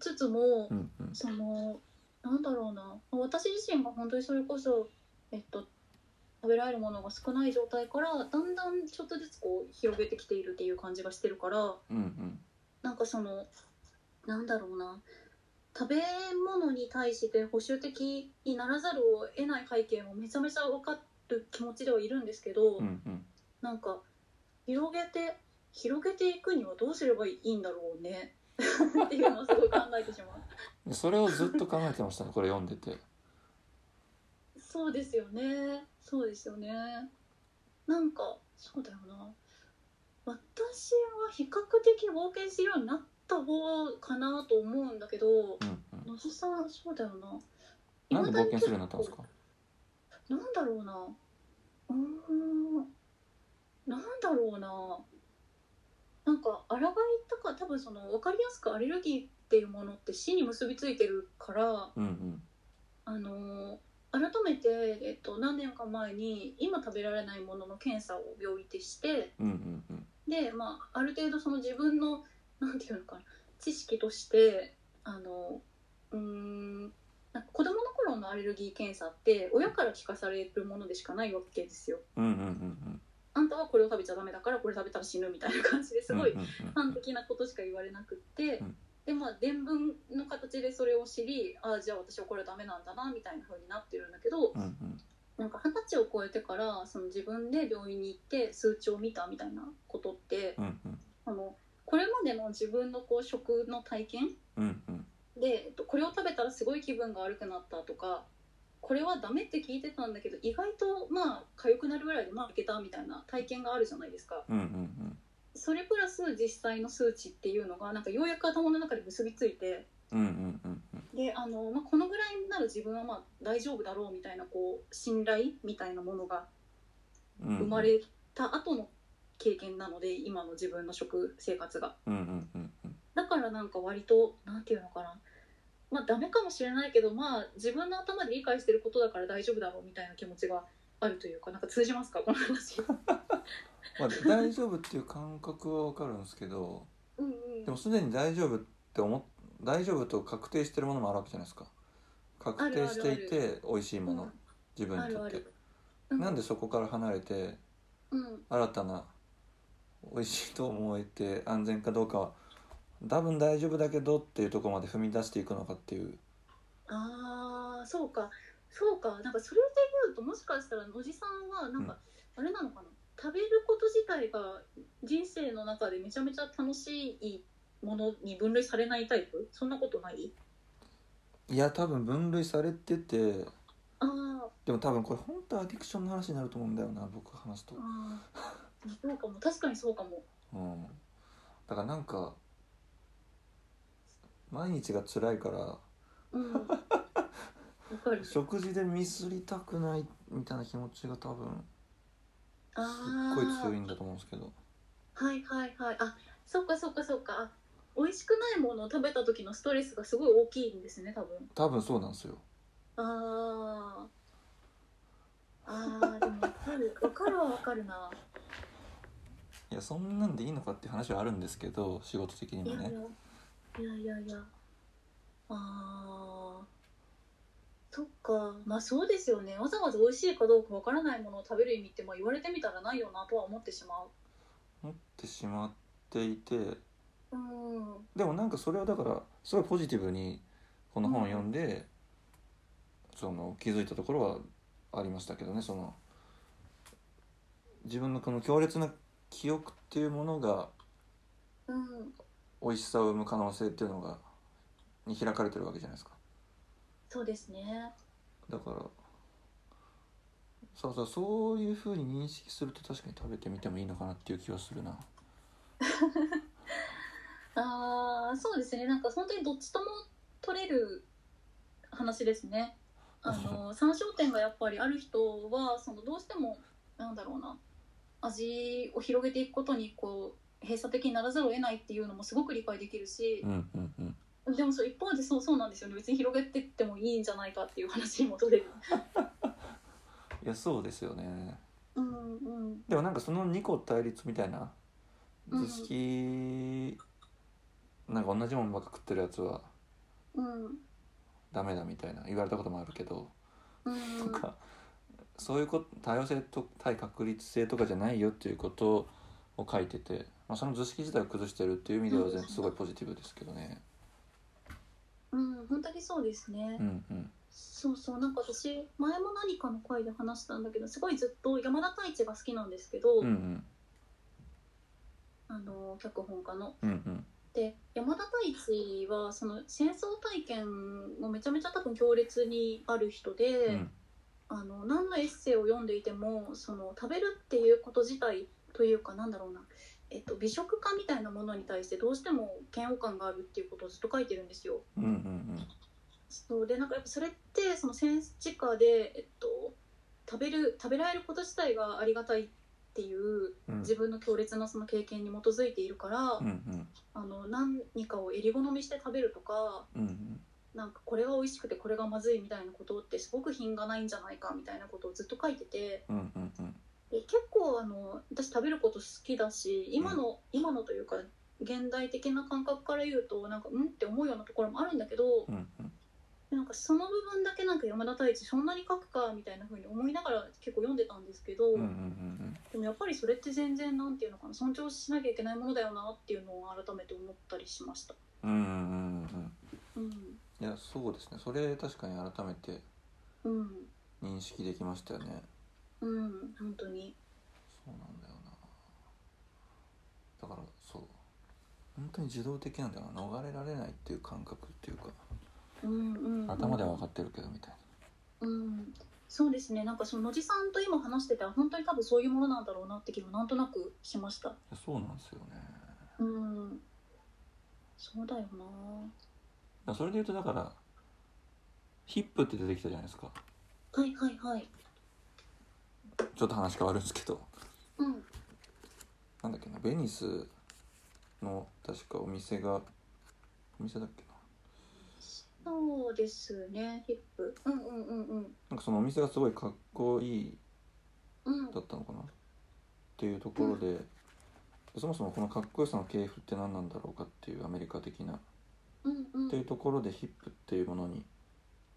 Speaker 2: つつも、
Speaker 1: うんうん
Speaker 2: そのなんだろうな私自身が本当にそれこそえっと食べられるものが少ない状態からだんだんちょっとずつこう広げてきているっていう感じがしてるから
Speaker 1: うんうん
Speaker 2: なんかそのなんだろうな食べ物に対して保守的にならざるを得ない背景もめちゃめちゃ分かる気持ちではいるんですけど、
Speaker 1: うんうん
Speaker 2: なんか広げて広げていくにはどうすればいいんだろうね っていうのをすごい考えてしまう。
Speaker 1: でそれをずっと考えてましたねこれ読んでて
Speaker 2: そうですよね。そうですよね。なんか、そうだよな。私は比較的冒険するようになった方かなと思うんだけど、
Speaker 1: うんうん
Speaker 2: 野津さん、そうだよな。
Speaker 1: なんで冒険するようにな
Speaker 2: 未
Speaker 1: ったんですか
Speaker 2: だにちょっとなんだろうな。うーん。なんだろうな。なんか、抗いたか、多分その、わかりやすくアレルギーっていうものって死に結びついてるから、
Speaker 1: うんうん
Speaker 2: あのー改めて、えっと、何年か前に今食べられないものの検査を病院でして
Speaker 1: うんうんうん
Speaker 2: で、まあ、ある程度その自分のなんていうのかな知識としてあのうーんなんか子供の頃のアレルギー検査って親から聞かされるものでしかないわけですよ。
Speaker 1: うんうんうん
Speaker 2: あんたはこれを食べちゃダメだからこれ食べたら死ぬみたいな感じですごい
Speaker 1: うんうんうん
Speaker 2: 端的なことしか言われなくって、
Speaker 1: うん
Speaker 2: でまあ伝聞の形でそれを知りああじゃあ私はこれはダメなんだなみたいな風になってるんだけど、
Speaker 1: うんうん
Speaker 2: なんか二十歳を超えてからその自分で病院に行って数値を見たみたいなことって、
Speaker 1: うんうん
Speaker 2: あのこれまでの自分のこう食の体験
Speaker 1: うんうん
Speaker 2: でえっとこれを食べたらすごい気分が悪くなったとかこれはダメって聞いてたんだけど意外とまあ痒くなるぐらいでまあいけたみたいな体験があるじゃないですか。
Speaker 1: うんうん
Speaker 2: それプラス実際の数値っていうのがなんかようやく頭の中で結びついて
Speaker 1: うんうんうんうん
Speaker 2: であの、まあ、このぐらいになる自分はまあ大丈夫だろうみたいなこう信頼みたいなものが
Speaker 1: うん
Speaker 2: 生まれた後の経験なので今の自分の食生活が
Speaker 1: うんうんうんうん
Speaker 2: だからなんか割となんていうのかなまあダメかもしれないけどまあ自分の頭で理解してることだから大丈夫だろうみたいな気持ちがあるというかなんか通じますかこの話
Speaker 1: まあ大丈夫っていう感覚はわかるんですけど
Speaker 2: うん
Speaker 1: で
Speaker 2: う
Speaker 1: も
Speaker 2: ん
Speaker 1: すでに大丈夫って思っ大丈夫と確定してるものもあるわけじゃないですか確定してい
Speaker 2: ある
Speaker 1: て美味しいもの、
Speaker 2: うん
Speaker 1: 自分
Speaker 2: あ
Speaker 1: に
Speaker 2: る
Speaker 1: と
Speaker 2: あ
Speaker 1: って
Speaker 2: るうん
Speaker 1: なんでそこから離れて
Speaker 2: うん
Speaker 1: 新たな美味しいと思えて安全かどうかは多分大丈夫だけどっていうところまで踏み出していくのかっていう
Speaker 2: ああそうかそうかなんかそれで言うともしかしたらおじさんはなんか、あれなのかな食べること自体が人生の中でめちゃめちゃ楽しいものに分類されないタイプそんなことない
Speaker 1: いや多分分類されてて
Speaker 2: あー
Speaker 1: でも多分これ本当アディクションの話になると思うんだよな僕が話すと、
Speaker 2: あーそうかも確かにそうかも
Speaker 1: うん、だからなんか毎日が辛いから
Speaker 2: うんわかる
Speaker 1: 食事でミスりたくないみたいな気持ちが多分
Speaker 2: あ
Speaker 1: ごい
Speaker 2: ー
Speaker 1: 強いんだと思うんですけど
Speaker 2: はいはいはいあそうかそうかそうかあ美味しくないものを食べた時のストレスがすごい大きいんですね多分
Speaker 1: 多分そうなんですよ
Speaker 2: あーあーでもわかるわかるはわかるない
Speaker 1: やそんなんでいいのかっていう話はあるんですけど仕事的に
Speaker 2: い
Speaker 1: も
Speaker 2: や
Speaker 1: ね
Speaker 2: いやいやいやいやあーそっかまあそうですよねわざわざ美味しいかどうかわからないものを食べる意味って、まあ、言われてみたらないよなとは思ってしまう
Speaker 1: 持ってしまっていて
Speaker 2: うん
Speaker 1: でもなんかそれはだからすごいポジティブにこの本を読んで、その気づいたところはありましたけどねその自分のこの強烈な記憶っていうものが
Speaker 2: うん
Speaker 1: 美味しさを生む可能性っていうのがに開かれてるわけじゃないですか
Speaker 2: そうですね
Speaker 1: だからそうそうそういうふうに認識すると確かに食べてみてもいいのかなっていう気はするな
Speaker 2: ああそうですねなんか本当にどっちとも取れる話ですねあ の参照点がやっぱりある人はそのどうしてもなんだろうな味を広げていくことにこう閉鎖的にならざるを得ないっていうのもすごく理解できるし
Speaker 1: う、んうんうん
Speaker 2: でもそう一方でそうそうなんですよね別に広げてってもいいんじゃないかっていう話にも取れる
Speaker 1: いやそうですよね
Speaker 2: うんうん
Speaker 1: でもなんかその2個対立みたいな
Speaker 2: うん
Speaker 1: 図式、なんか同じもんばっか食ってるやつは
Speaker 2: うん
Speaker 1: ダメだみたいな言われたこともあるけど、
Speaker 2: うん
Speaker 1: なんかそういうこと多様性と対確率性とかじゃないよっていうことを書いてて、まあ、その図式自体を崩してるっていう意味では全すごいポジティブですけどね。
Speaker 2: うん本当にそうですね、
Speaker 1: うんうん
Speaker 2: そうそうなんか私前も何かの回で話したんだけどすごいずっと山田太一が好きなんですけど、
Speaker 1: うんうん
Speaker 2: あの脚本家の。
Speaker 1: うんうん
Speaker 2: で山田太一はその戦争体験もめちゃめちゃ多分強烈にある人で、
Speaker 1: うん
Speaker 2: あの何のエッセイを読んでいてもその食べるっていうこと自体というかなんだろうな、えっと、美食家みたいなものに対してどうしても嫌悪感があるっていうことをずっと書いてるんですよ。
Speaker 1: うんうん
Speaker 2: そうでなんかやっぱそれってその戦時下で、えっと、食べる食べられること自体がありがたいっていう
Speaker 1: うんうん
Speaker 2: 自分の強烈なその経験に基づいているから、
Speaker 1: うんうん
Speaker 2: あの何かを襟好みして食べるとか
Speaker 1: うんうん
Speaker 2: なんかこれが美味しくてこれがまずいみたいなことってすごく品がないんじゃないかみたいなことをずっと書いてて
Speaker 1: うんうんうん
Speaker 2: で結構あの私食べること好きだし今の、今のというか現代的な感覚から言うとなんかうんって思うようなところもあるんだけど、
Speaker 1: うんうん
Speaker 2: なんかその部分だけなんか山田太一そんなに書くかみたいな風に思いながら結構読んでたんですけど、
Speaker 1: うんうんうん
Speaker 2: でもやっぱりそれって全然なんていうのかな尊重しなきゃいけないものだよなっていうのを改めて思ったりしました。
Speaker 1: うんうんうん
Speaker 2: うん、
Speaker 1: いやそうですねそれ確かに改めて
Speaker 2: うん、
Speaker 1: 認識できましたよね。
Speaker 2: うん、本当に。
Speaker 1: そうなんだよなだからそう本当に自動的なんだよな逃れられないっていう感覚っていうか
Speaker 2: うんうん、
Speaker 1: 頭では分かってるけどみたい
Speaker 2: うん、そうですね。なんかその野地さんと今話してて本当に多分そういうものなんだろうなって気もなんとなくしました。
Speaker 1: ないやそうなんですよねだか
Speaker 2: うん、そうだよな。
Speaker 1: らそれで言うとだからヒップって出てきたじゃないですか
Speaker 2: はいはいはい。
Speaker 1: ちょっと話変わるんですけど
Speaker 2: うん、
Speaker 1: なんだっけなベニスの確かお店がお店だっけな
Speaker 2: そうですね。ヒップ。うんうんうんうん。
Speaker 1: なんかそのお店がすごいかっこいい
Speaker 2: うん
Speaker 1: だったのかなっていうところで、そもそもこのかっこよさの系譜って何なんだろうかっていうアメリカ的な
Speaker 2: うんう
Speaker 1: ってい
Speaker 2: ん
Speaker 1: うところでヒップっていうものに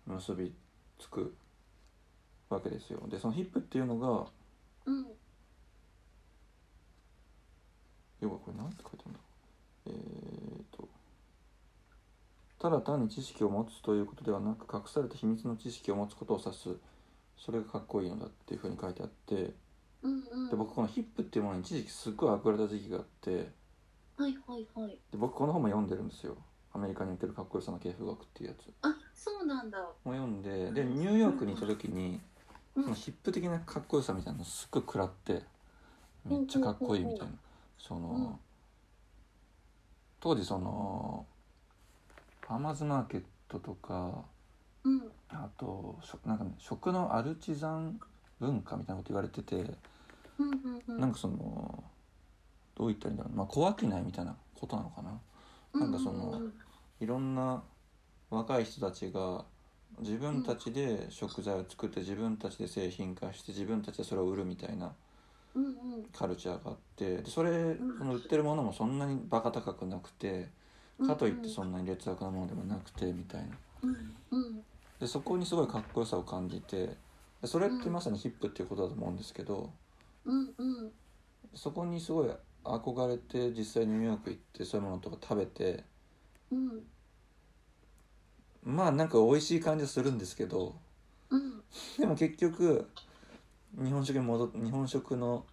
Speaker 1: 結びつくわけですよでそのヒップっていうのが
Speaker 2: うん
Speaker 1: 要はこれ何て書いてあるんだえー、っとただ単に知識を持つということではなく隠された秘密の知識を持つことを指すそれがかっこいいのだっていうふうに書いてあって
Speaker 2: うんうん
Speaker 1: で僕このヒップっていうものに一時期すっごい憧れた時期があって
Speaker 2: はいはいはい
Speaker 1: で僕この本も読んでるんですよアメリカにおけるかっこよさの系譜学っていうやつ
Speaker 2: あそうなんだ
Speaker 1: も読んででニューヨークに行った時に
Speaker 2: うん
Speaker 1: そのヒップ的なかっこよさみたいなのすっごい食らってめっちゃかっこいいみたいなそ
Speaker 2: うん
Speaker 1: の当時そのファーマーズマーケットとか
Speaker 2: うん
Speaker 1: あとしょなんか、ね、食のアルチザン文化みたいなこと言われてて
Speaker 2: うんうんうん
Speaker 1: なんかそのどう言ったらいいんだろう、まあ、怖くないみたいなことなのかななんかその
Speaker 2: うんうん
Speaker 1: いろんな若い人たちが自分たちで食材を作って自分たちで製品化して自分たちでそれを売るみたいな
Speaker 2: うんうん
Speaker 1: カルチャーがあってでそれその売ってるものもそんなにバカ高くなくてかといってそんなに劣悪なものでもなくてみたいな
Speaker 2: うんうん
Speaker 1: でそこにすごいかっこよさを感じてでそれってまさにヒップっていうことだと思うんですけど
Speaker 2: うんうん
Speaker 1: そこにすごい憧れて実際にニューヨーク行ってそういうものとか食べて
Speaker 2: うん
Speaker 1: まあなんか美味しい感じはするんですけど
Speaker 2: うん
Speaker 1: でも結局日本食に戻っ日本食の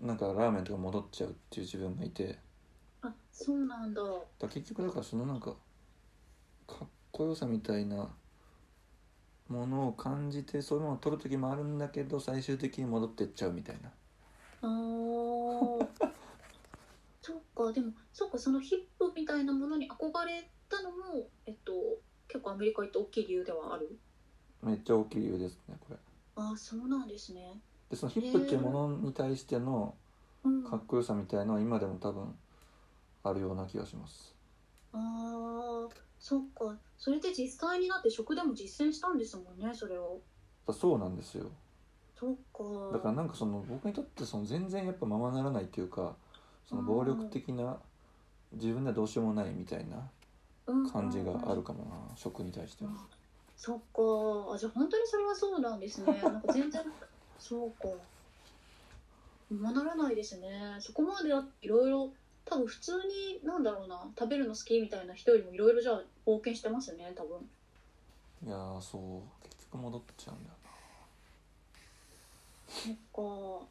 Speaker 1: なんかラーメンとか戻っちゃうっていう自分がいてだか
Speaker 2: あそうなんだう
Speaker 1: ら結局だからそのなんかかっこよさみたいなものを感じてそういうものを取る時もあるんだけど最終的に戻ってっちゃうみたいな
Speaker 2: あ ーそっかでもそっかそのヒップみたいなものに憧れたのもえっと結構アメリカ行って大きい理由ではある
Speaker 1: めっちゃ大きい理由ですねこれ
Speaker 2: ああそうなんですね、
Speaker 1: でそのヒップっていうものに対しての
Speaker 2: うん、
Speaker 1: かっこよさみたいのは今でも多分あるような気がします
Speaker 2: ああそっかそれで実際になって食でも実践したんですもんねそれを
Speaker 1: だからそうなんですよ
Speaker 2: そっ
Speaker 1: だ
Speaker 2: か
Speaker 1: からなんかその僕にとってその全然やっぱままならないというかその暴力的な自分ではどうしようもないみたいな
Speaker 2: うん
Speaker 1: 感じがあるかもな食に対しては
Speaker 2: そっかあじゃあ本当にそれはそうなんで すねなんか全然そうかまならないですねそこまでいろいろ多分普通になんだろうな食べるの好きみたいな人よりもいろいろじゃあ冒険してますね多分
Speaker 1: いやーそう結局戻っちゃうんだよ
Speaker 2: そっか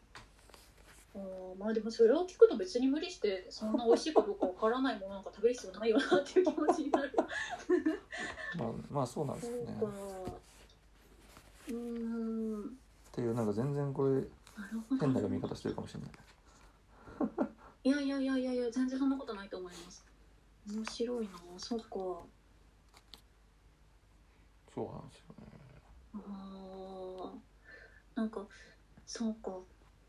Speaker 2: あーまあでもそれを聞くと別に無理してそんな美味しいかどうかわからないものなんか食べる必要ないよなっていう気持ちに なる
Speaker 1: なまあまあそうなんで
Speaker 2: そ
Speaker 1: す
Speaker 2: う
Speaker 1: よね
Speaker 2: か。うーん。な
Speaker 1: っていうなんか全然これ
Speaker 2: るほど。
Speaker 1: 変な読み方してるかもしれない
Speaker 2: いやいやいやいやいや、全然そんなことないと思います。面白いな、そうか。
Speaker 1: そうなんですよね
Speaker 2: あーなんか、そうか。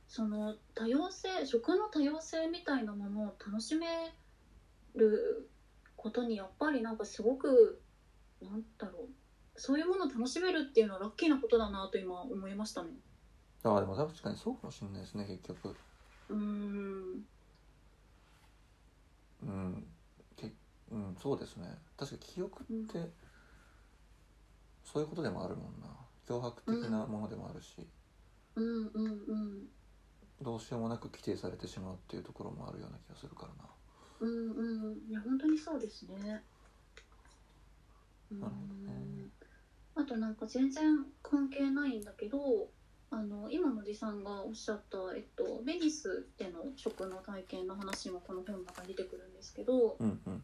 Speaker 2: その多様性、食の多様性みたいなものを楽しめることにやっぱりなんかすごく、なんだろう。そういうものを楽しめるっていうのはラッキーなことだなと今思いましたね。
Speaker 1: ああでも確かにそうかもしれないですね結局
Speaker 2: うーん。
Speaker 1: うんけうんそうですね確か記憶って、そういうことでもあるもんな脅迫的なものでもあるし、
Speaker 2: うんうんうん。
Speaker 1: どうしようもなく規定されてしまうっていうところもあるような気がするからな
Speaker 2: うんうんいや本当にそうですね。うん
Speaker 1: なるほどね
Speaker 2: あとなんか全然関係ないんだけどあの今のじさんがおっしゃった、えっと、ベニスでの食の体験の話もこの本の中に出てくるんですけど、
Speaker 1: うんうん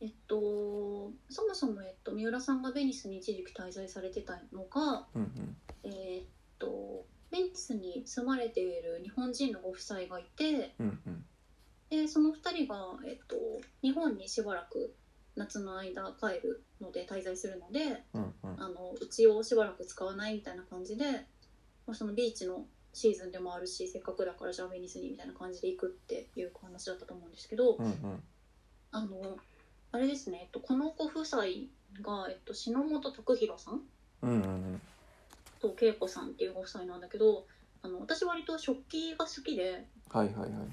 Speaker 2: えっと、そもそも、えっと、三浦さんがベニスに一時期滞在されてたのが、
Speaker 1: うんうん
Speaker 2: えっと、ベニスに住まれている日本人のご夫妻がいて、
Speaker 1: うんうん
Speaker 2: でその2人が、えっと、日本にしばらく夏の間帰るので滞在するので
Speaker 1: うんうん
Speaker 2: あのうちをしばらく使わないみたいな感じで、まあ、そのビーチのシーズンでもあるしせっかくだからじゃあベニスにみたいな感じで行くっていうお話だったと思うんですけど
Speaker 1: うんうん
Speaker 2: あのあれですね、えっと、このご夫妻が、えっと、篠本徳弘さん
Speaker 1: うんうん
Speaker 2: と恵子さんっていうご夫妻なんだけどあの私割と食器が好きで
Speaker 1: はいはいはいはいはい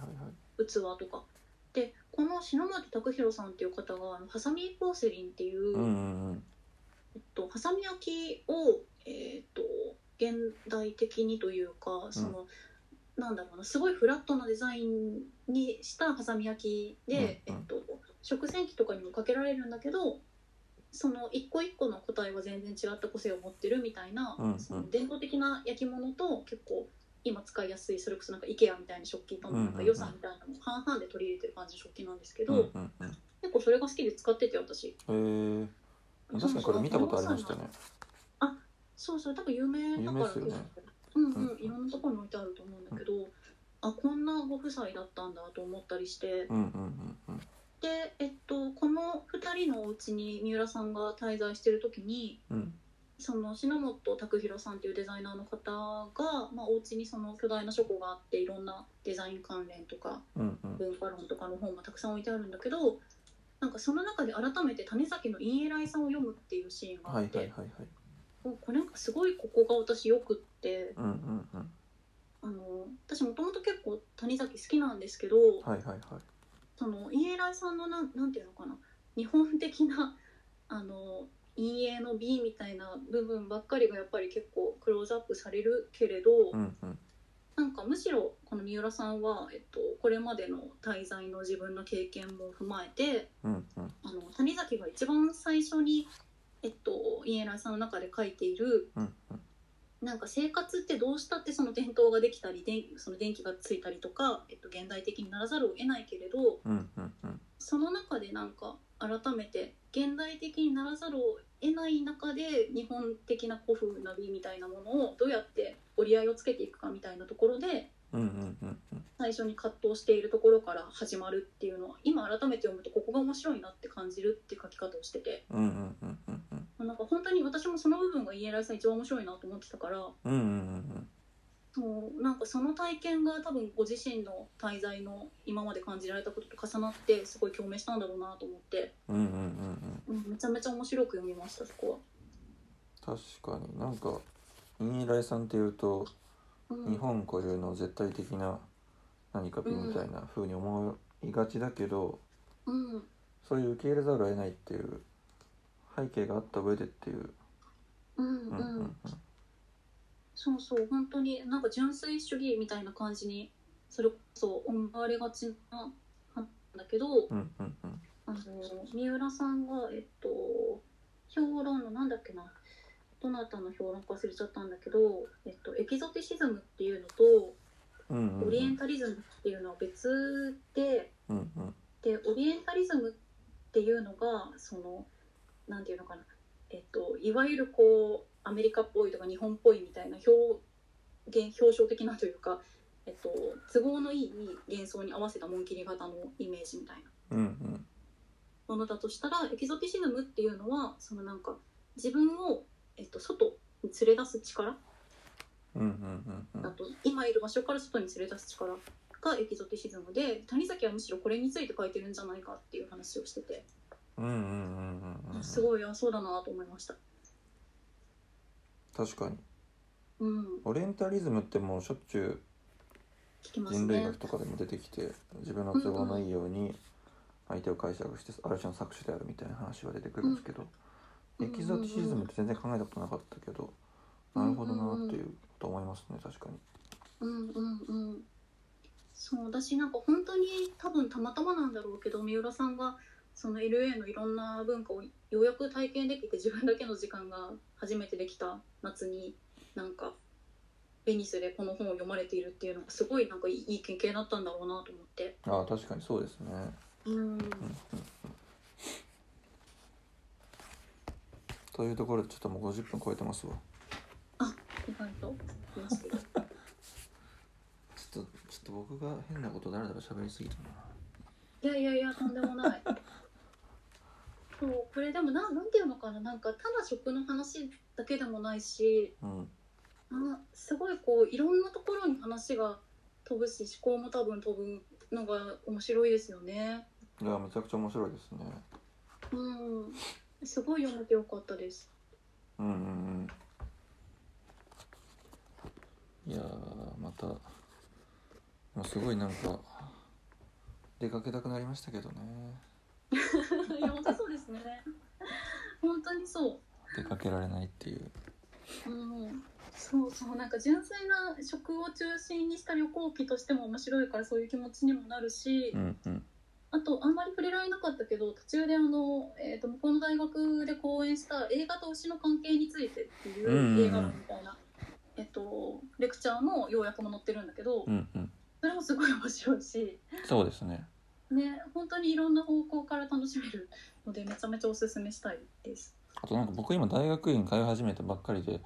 Speaker 2: 器とかでこの篠本拓弘さんっていう方があのハサミポーセリンってい
Speaker 1: うん
Speaker 2: う、
Speaker 1: うんうん
Speaker 2: えっと、ハサミ焼きを、えー、と現代的にというかその、なんだろうなすごいフラットなデザインにしたハサミ焼きで、
Speaker 1: うんうん
Speaker 2: えっと、食洗機とかにもかけられるんだけどその一個一個の個体は全然違った個性を持ってるみたいな、
Speaker 1: うんうん
Speaker 2: その伝統的な焼き物と結構今使いやすいそれこそなんか IKEA みたいな食器とのなんか良さみたいなのを半々で取り入れてる感じの食器なんですけど、
Speaker 1: うんうんうん
Speaker 2: 結構それが好きで使ってて私。
Speaker 1: えー、確かにこれ見たことありましたね
Speaker 2: そうそう多分有名だか
Speaker 1: 有名
Speaker 2: ら
Speaker 1: ですよね
Speaker 2: うん
Speaker 1: う
Speaker 2: うんんいろんなところに置いてあると思うんだけど、あこんなご夫妻だったんだと思ったりして
Speaker 1: うんうんうん
Speaker 2: でえっとこの2人のお家に三浦さんが滞在してる時に
Speaker 1: うん
Speaker 2: その篠本拓弘さんっていうデザイナーの方が、まあ、お家にその巨大な書庫があっていろんなデザイン関連とか
Speaker 1: うんうん
Speaker 2: 文化論とかの本もたくさん置いてあるんだけどなんかその中で改めて種崎の「陰偉いさん」を読むっていうシーンが
Speaker 1: は
Speaker 2: あ
Speaker 1: い
Speaker 2: っ
Speaker 1: はい
Speaker 2: て、
Speaker 1: はいはい
Speaker 2: おこれなんかすごいここが私よくって
Speaker 1: うんうんうん
Speaker 2: あの私もともと結構谷崎好きなんですけど、
Speaker 1: はいはいはい
Speaker 2: その陰偉いさんのなんなんていうのかな日本的なあの陰影の美みたいな部分ばっかりがやっぱり結構クローズアップされるけれど、
Speaker 1: うんうん
Speaker 2: なんかむしろこの三浦さんは、えっと、これまでの滞在の自分の経験も踏まえて
Speaker 1: うんうん
Speaker 2: あの谷崎が一番最初に、えっと、家来さんの中で書いている
Speaker 1: うんうん
Speaker 2: なんか生活ってどうしたってその伝統ができたりでその電気がついたりとか、えっと、現代的にならざるを得ないけれど
Speaker 1: うんうんうん
Speaker 2: その中でなんか改めて現代的にならざるを得ない中で日本的な古風な美みたいなものをどうやって折り合いをつけていくかみたいなところで
Speaker 1: うんうんうんうん
Speaker 2: 最初に葛藤しているところから始まるっていうのは今改めて読むとここが面白いなって感じるって書き方をしてて
Speaker 1: うんうんうんうんうん
Speaker 2: なんか本当に私もその部分が家来さん一番面白いなと思ってたから
Speaker 1: うんうんうん
Speaker 2: そうなんかその体験が多分ご自身の滞在の今まで感じられたことと重なってすごい共鳴したんだろうなと思って、
Speaker 1: うんうんうんうん
Speaker 2: うん、めちゃめちゃ面白く読みましたそこ
Speaker 1: 確かになんかインライさんっていうと
Speaker 2: は。うん
Speaker 1: 日本固有の絶対的な何か美みたいな風に思いがちだけど、
Speaker 2: うん
Speaker 1: そういう受け入れざるを得ないっていう背景があった上でっていう。
Speaker 2: うん
Speaker 1: うんうん
Speaker 2: う
Speaker 1: うんん、
Speaker 2: そうそう本当になんか純粋主義みたいな感じにそれこそ思われがちな話なんだけど、
Speaker 1: うんうんうん
Speaker 2: あの三浦さんが、えっと、評論のなんだっけなどなたの評論か忘れちゃったんだけど、えっと、エキゾティシズムっていうのと
Speaker 1: うんうん
Speaker 2: オリエンタリズムっていうのは別で
Speaker 1: うんうん
Speaker 2: でオリエンタリズムっていうのがそのなんていうのかな、えっと、いわゆるこうアメリカっぽいとか日本っぽいみたいな表現表彰的なというか、えっと、都合のいい幻想に合わせた紋切り型のイメージみたいな。
Speaker 1: うんうん
Speaker 2: ものだとしたらエキゾティシズムっていうのはそのなんか自分を、えっと、外に連れ出す力
Speaker 1: うんうんうんう
Speaker 2: だ
Speaker 1: ん
Speaker 2: と、今いる場所から外に連れ出す力がエキゾティシズムで谷崎はむしろこれについて書いてるんじゃないかっていう話をしてて
Speaker 1: うんうんうんうんうん
Speaker 2: すごいあそうだなと思いました。
Speaker 1: 確かに
Speaker 2: うん、
Speaker 1: オリエンタリズムってもうしょっちゅ
Speaker 2: 聞き
Speaker 1: う
Speaker 2: ます
Speaker 1: 人類
Speaker 2: ね
Speaker 1: 学。とかでも出てきて自分の都合のいいように相手を解釈してある種の搾取であるみたいな話は出てくるんですけど、
Speaker 2: うん
Speaker 1: エキゾティシズムって全然考えたことなかったけど、なるほどなっていうこと思いますね確かに。
Speaker 2: うんうんうんそう私なんか本当に多分たまたまなんだろうけど三浦さんがその LA のいろんな文化をようやく体験できて自分だけの時間が初めてできた夏になんかベニスでこの本を読まれているっていうのがすごいなんかいいいい経験だったんだろうなと思って
Speaker 1: ああ確かにそうですね。
Speaker 2: うん
Speaker 1: というところでちょっともう50分超えてますわ。
Speaker 2: 意外といますけど
Speaker 1: ちょっとちょっと僕が変なことだらだら喋りすぎたな。
Speaker 2: いやいやいやとんでもないそうこれでもななんていうのかななんかただ食の話だけでもないし
Speaker 1: うん
Speaker 2: あすごいこういろんなところに話が飛ぶし思考も多分飛ぶのが面白いですよね。
Speaker 1: いやめちゃくちゃ面白いですね。
Speaker 2: うん、すごい読めてよかったです。
Speaker 1: うんうんうん。いやーまたもうすごいなんか出かけたくなりましたけどね。
Speaker 2: いや本当そうですね。本当にそう。
Speaker 1: 出かけられないっていう。
Speaker 2: うん、そうそうなんか純粋な食を中心にした旅行記としても面白いからそういう気持ちにもなるし
Speaker 1: う、んうん
Speaker 2: あとあんまり触れられなかったけど途中であの、えー、と向こうの大学で講演した映画と牛の関係についてってい
Speaker 1: うんうんうん
Speaker 2: う映画論みたいな、えっとレクチャーの要約も載ってるんだけど
Speaker 1: うんうん。
Speaker 2: それもすごい面白いし、
Speaker 1: そうですね。
Speaker 2: ね、本当にいろんな方向から楽しめるのでめちゃめちゃおすすめしたいです。
Speaker 1: あとなんか僕今大学院通い始めたばっかりで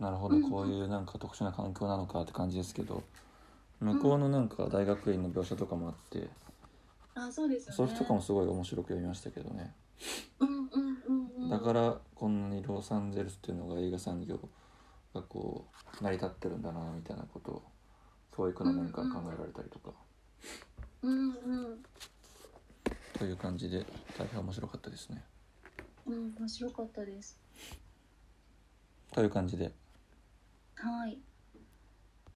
Speaker 1: なるほど
Speaker 2: うん
Speaker 1: こういうなんか特殊な環境なのかって感じですけど向こうのなんか大学院の描写とかもあって
Speaker 2: あそうですよね
Speaker 1: それとかもすごい面白く読みましたけどね
Speaker 2: うんうんうんうん、
Speaker 1: だからこんなにロサンゼルスっていうのが映画産業がこう成り立ってるんだなみたいなことを教育の面から考えられたりとか、
Speaker 2: うんうん
Speaker 1: という感じで大変面白かったですね。
Speaker 2: うん面白かったです
Speaker 1: という感じで
Speaker 2: はい